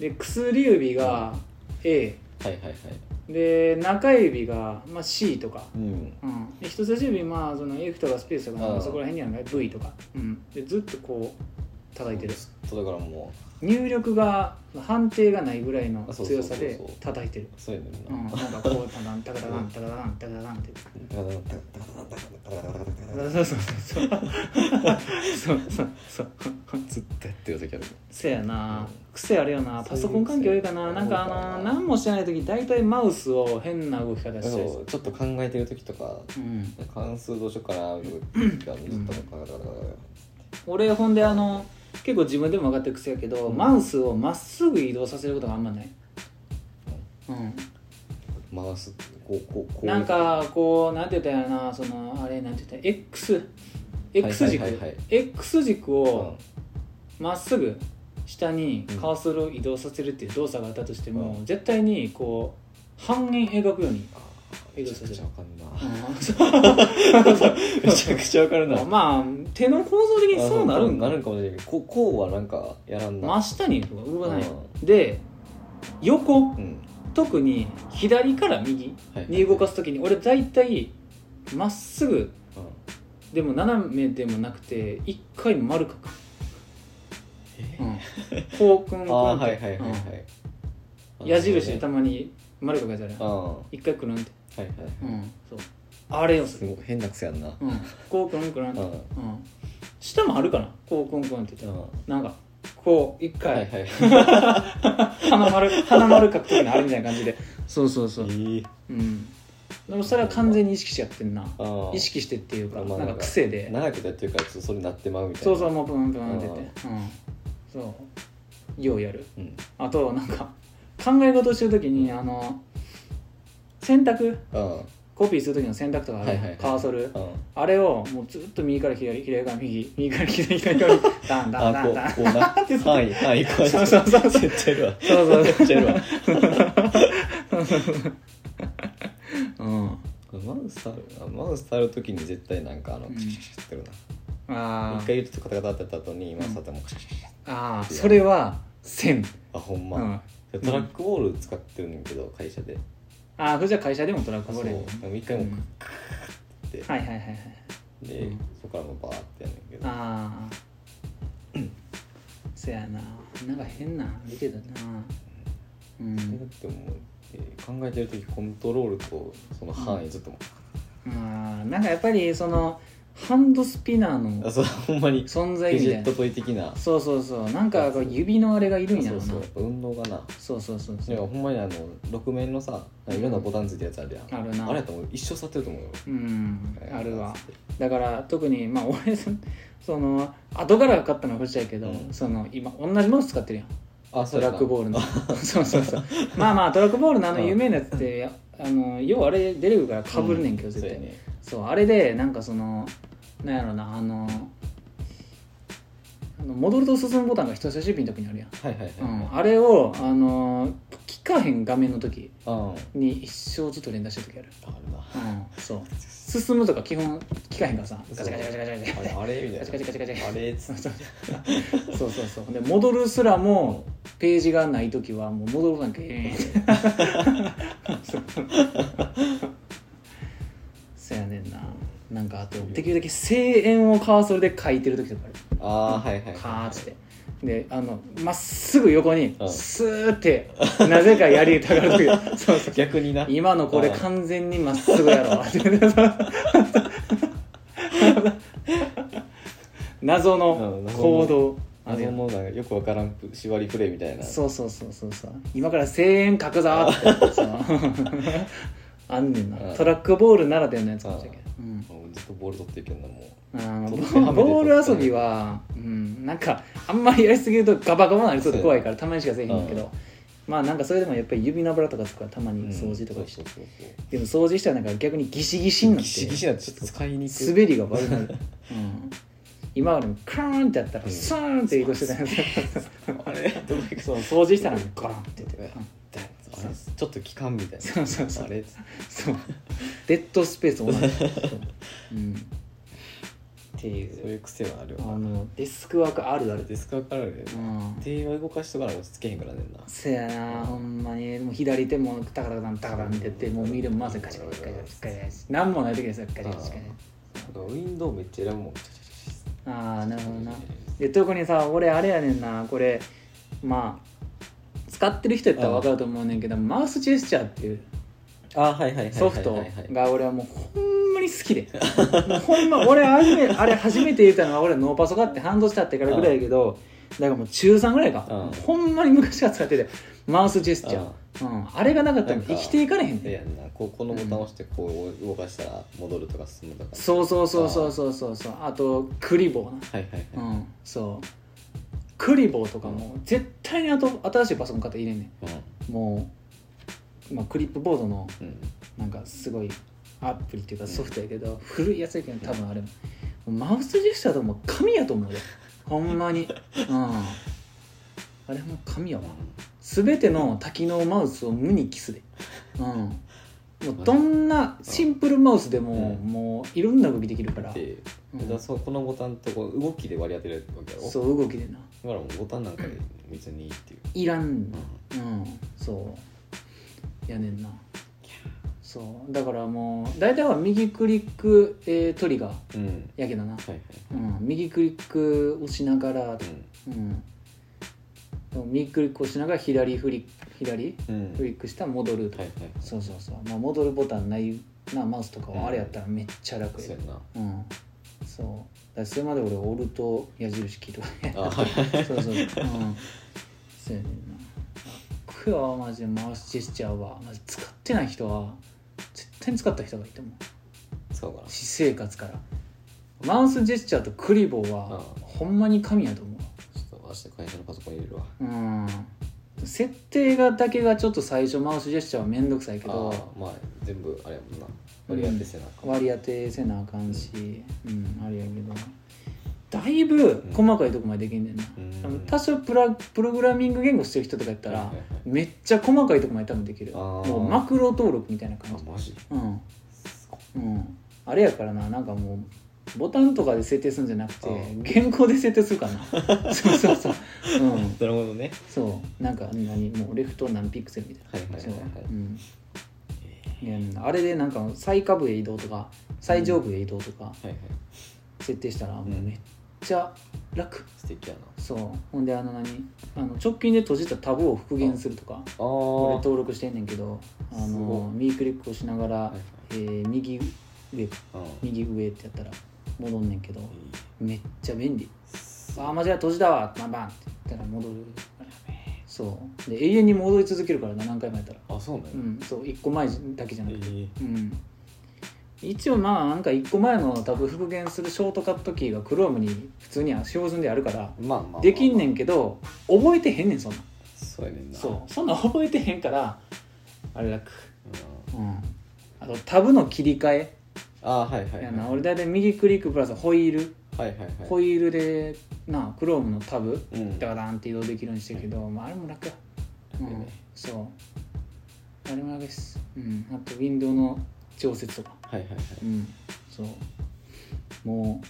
で薬指が A はいはいはいで中指がまあ C とかうんうん、で人差し指まあその F とかスペースとかなんうかんそこら辺にあるのね V とか、うん、でずっとこう叩いてるそうだからも入力が判定がないぐらいのあそうそう強そさうそうで叩いてるうそうやねうんんななんかこうタカタンタカタカンタカタンタカタンってタカタカタカタカタカタカタカタカタカタカタそうそうそうそうそうそうそうずっとやってる時あるせやなう癖あるよなパソコン環境いいかななんかあの何もしてない時大体マウスを変な動き方してるそうちょっと考えてる時とかうん関数どうしようかなみたいな時がずっとカタカタカタカ俺ほんであの結構自分でも分かってる癖やけど、うんマウスをまっすぐ移動させることがあんまない、うタ回すこうこうこん、うなんかこうなんて言ったらいいのかなそのあれなんて言ったら X, は X い軸、はいはいはい X 軸うんをまっすぐ下にカーソルを移動させるっていう動作があったとしても、う絶対にこう半円描くように、あーめちゃくちゃわかんな *laughs* めちゃう、くちゃわかるな *laughs* んまあ手の構造的にそうなるんなかるんかもしれないけどこうこうはなんかやらんな真下に動かない、で横うん特に左から右に動かす時に俺大体まっすぐうんでも斜めでもなくて一回丸書く、えうん、こうくんあくーんっはいはいてはいはいうん矢印でたたまに丸書くやつあるやんは一回くるんって、いはいうん、そうあれをすする、ごい変な癖やんなうん、こうくるんくるんって、ううんん下もあるかなこうくんくんって言っうんてはなんかこう一いは回、い *laughs* 花丸花丸書く時のあるみたいな感じでそうそうそう、いいうん、でもそれは完全に意識しちゃってんなあー意識してっていうか、まあなんか癖で長くやってるからちょっとそれなってまうみたいなそうそうもうブンブンっててうんそうようやるうんあとなんか考え事してる時にあの洗濯うんコピーする時の洗濯とかある、はいはいはいカーソルうんあれをもうずっと右から左左から右右から左左から右ダンダンあダこンうダンこう *laughs* な範囲範囲こうやってそうそうそうそうめっちゃいるわそう *laughs* そうめっちゃいるわうんマウス触るあマウス触るときに絶対なんかあのうんクシャクシャクシャってるなあ一ー回言うとカタカタってやった後にマウス触ってもクシャクシャクシャあーそれは線、あほんうまんトラックボール使ってるねんけど会社でああそれじゃあ会社でもトラックボールやねそう一回もうんってはいはいはいはいでうんそこからもうバーってやんねんけどああそやななんか変な見てたなうそれんだってもうえー考えてるときコントロールとその範囲ずっともまあなんかやっぱりそのハンドスピナーあのそうほんまに存在ゲみジたェッいなトトイ的なそうそうそうなんかこう指のあれがいるんやそろうなそう運動がなそうそうそういそやうほんまにあの6面のさいろんなボタンついてるやつあるやんあるなあれやと思う一生触ってると思うようんあるわつってだから特にまあ俺 *laughs* そその後から買ったのはこっちやけど、うんその今同じマウス使ってるやんあそトうやラなックボール *laughs* のそうそうそうまあまあトラックボールのあのうん有名なやつって、やあの要はあれ出れるからかぶるねんけど、うん絶対そうやねそうあれでなんかそのなんやろなあのあの戻ると進むボタンが人差し指の時にあるやん、はいはいはいうん、あれをあの聞かへん画面の時うんあに一生ずっと連打してる時ある、るなうん、そう進むとか基本聞かへんからさガチャガチャガチャガチャあガれチャあれみたガいなチャガチャガチャガチャあれっつって *laughs* そうそうそうそうで戻るすらもページがない時はもう戻るなんかええそうそうやねんなうなんかあとできるだけ声援をカーソルで書いてる時とかあるあーはいはいカはーッつってであのまっすぐ横にうんスーってなぜかやりたがる時 *laughs* そうそうい逆にな今のこれあー完全にまっすぐやろ *laughs* 謎のうん謎の行動ある謎よのなんかよくわからんプ縛りプレイみたいなそうそうそうそうそう今から声援書くぞーってさ *laughs* あんねんうなんトラックボールならではのやつかもしれんけどうんもうずっとボール取っていけんなもあー取ボってはめてボ取っーてル遊びは、うん、なんかあんまりやりすぎるとガバガバなりそうで怖いからたまにしかせえへんけど、まあなんかそれでもやっぱり指の油とかつくからたまうに掃除とかして、うんそうそうそうでも掃除したらなんか逆にギシギシになっギてシギシなんてちょっと使いにくい滑りが悪くなる、うん、今までもカーンってやったらうんスーンって移動してたんですあれどういうこそう掃除したらガランって言って、うんとあれちょっと期間みたいなそうそうそうあれそうデッドスペース同じ、そううん、っていそうういう癖はあるよあなのデスクワークあるあるでデスクわかるよねうん手は動かしとかな落ち着けへんからねんなそやなほんまにもう左手もタカタカタンタカタンってやってもう右手もまずガチャガチャガチャガチャガチャガチャ何もない時ですよガチャガチャガチャなんかウィンドウめっちゃ選ぶもんああーなるほどなで特にさ俺あれやねんなこれまあ使ってる人やったら分かると思うねんけどマウスジェスチャーっていうあはいはいはいはいはいはいソフトが俺はもうほんまに好きでもうほんま俺あ *laughs* れあれ初めて言ったのは俺ノーパソかって半年経ってからぐらいやけどだからもう中3ぐらいかうんほんまに昔から使っててマウスジェスチャうんーうん、あれがなかったらなんか生きていかれへんでねやんなこうこのボタン押してこう動かしたら戻るとか進むとかそうそうそうそうそうそうそうあとクリボーはいはいなはうんそうクリボーとかも絶対にあと新しいパソコン買って入れんねいんもう、まあ、クリップボードのうんうんなんかすごいアプリっていうかソフトやけど、古いやつやけど多分あれもうマウスジェスチャーとかもう神やと思うよほんまにうんあれもう神やわ全ての多機能マウスを無にキスで、うん、もうどんなシンプルマウスでも、うんもういろんな動きできるから、でうんだからそうこのボタンとこう動きで割り当てられるわけやろそう動きでなだからもうボタンなんかで別にいいっていういらんううんんそうやねんなそうだからもう大体は右クリック、えートリガーうんやけどな、はいはいうん、右クリック押しながらう、んうん、でも右クリック押しながら左フリック左うんフリックしたら戻るとかはいはいそうそうそう、まあ、戻るボタンないなマウスとかうんはあれやったらめっちゃ楽そうややんなうんそうだからそれまで俺オルト矢印キーとかねあはいはい *laughs* そうそううんそうやねんな僕はマジでマウスジェスチャーはマジ使ってない人は絶対に使った人がいいと思うそうかな私生活からマウスジェスチャーとクリボーはうんほんまに神やと思うちょっと明日会社のパソコン入れるわうん設定がだけがちょっと最初マウスジェスチャーはめんどくさいけあどーまあ全部あれやもんな割り当てせなあかん割り当てせなあかんしうんあれやけどだいぶ細かいとこまでできんねんな、うん多分多少プラプログラミング言語してる人とかやったはいらはいはいめっちゃ細かいとこまで多分できるあーもうマクロ登録みたいな感あじマジうんすごいうん、あれやからななんかもうボタンとかで設定するんじゃなくてうん原稿で設定するか *laughs* なそうそうそう、うん、なるほどねそうなんか何もうレフト何ピクセルみたいはいはいなはいそうはい、うん、いやあれでなんか最下部へ移動とか最上部へ移動とかはいはい設定したらもううんめっちゃ楽、素敵やなそうほんであの何あの直近で閉じたタブを復元するとかあ俺ー登録してんねんけどあすごの右クリックをしながら、はいえー右上かはいうん右上ってやったら戻んねんけどめっちゃ便利「あああ間違え閉じたわバンバン」って言ったら戻るそうで永遠に戻り続けるからな何回もやったらあそうなうんやんそう1個前だけじゃなえくてーうん一応まあなんか1個前の多分復元するショートカットキーが Chrome に普通には標準であるからまあまあできんねんんけど覚えてへんねんそんなんそうやねんなそうそんなん覚えてへんからあれ楽うんうんあとタブの切り替あーはいはいえはやいな俺大体右クリックプラスホイールはいはいはいホイールでなクロームのタブうんダダンって移動できるようにしてるけど、まあ、あれも楽や、う楽やんね、そうあれも楽です、うん、あとウィンドウの調節とかはいはいはいうんそうもう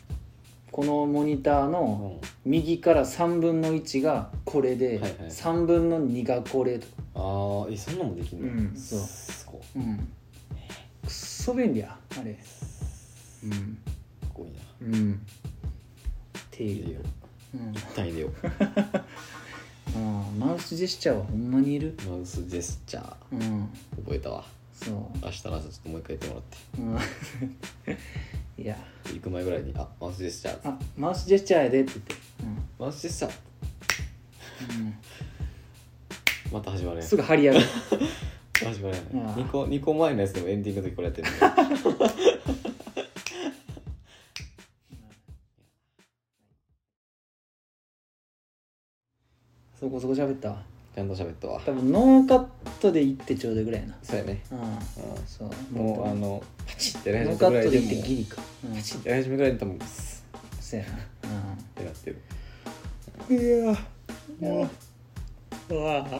このモニターうのん右から3分の1がこれで、はいはい3分の2がこれとああえそんなんもできんのうんそうすごいうんくっそ便利やあれうんっこいいなうんって入いれうよううん一旦入れよあーマウスジェスチャーはほんまにいるうマウスジェスチャーうん覚えたわそ明日の朝ちょっともう一回やってもらってう、うん、 *laughs* いや行く前ぐらいに「あマウスジェスチャーあマウスジェスチャーやでって言って、マウスジェスチャーうんまた始まるうん、やんすぐ張り上がる始まるやんうん2個二個前のやつでもエンディングの時これやってるそこそこ喋ったわちゃんと喋ったわ多分ノーカットで行ってちょうどいいぐらいやなそうやねうんうそうんもうあのパチってやりノ始ーカめたぐッらトいでで行っもてギうリか、うん、パそチってやり始めぐらいで多分スうやな、うんッてなってるいやもううわうまい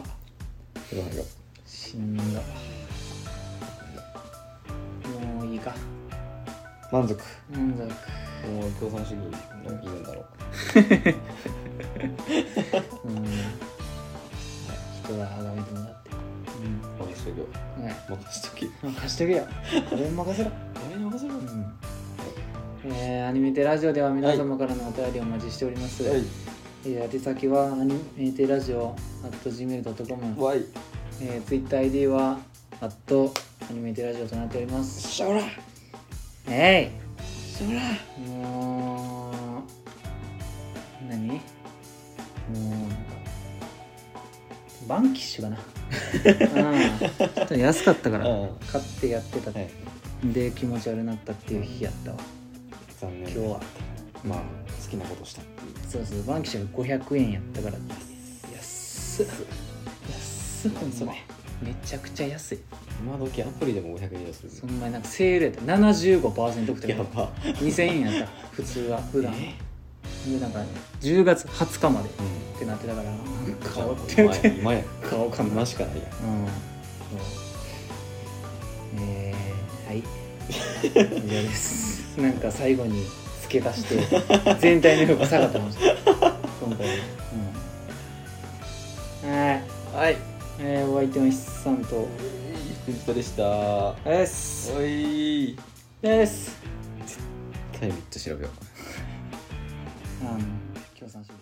よしんどもういいか満足なんだもう共産主義のいいんだろううん人はあがめてもらって任せとけようんね任せとけ任してく *laughs* れよ俺に任せろ誰に任せるはうんえーアニメテラジオでは皆様からのお便りをお待ちしております、いえー宛先はアニメテラジオ at gmail.com、わいえー、TwitterID は at アニメテラジオとなっておりますしゃおらえしゃおらいもう何もうなんかバンキッシュ *laughs* かな *laughs* うんちょっと安かったからうん買ってやってたはいで気持ち悪なったっていう日やったわ残念今日はまあ好きなことしたっていうそうそうバンキシャが500円やったから安っ安っほんまめちゃくちゃ安い今時アプリでも500円以上するそんなになんかセールやった75%オフとやかば2000円やった普通は普段でえなんか、ね、10月20日までっうんてなってたから買おうってう言まっいてうまい買おうかな今しかないやんうんそうえー、はい *laughs* 以上ですなんか最後に付け足して全体の評価下がってました今回うんはいはいえー、お相手の筆さんと藤田でしたですおいですタイムめっちゃ調べようあの共産主義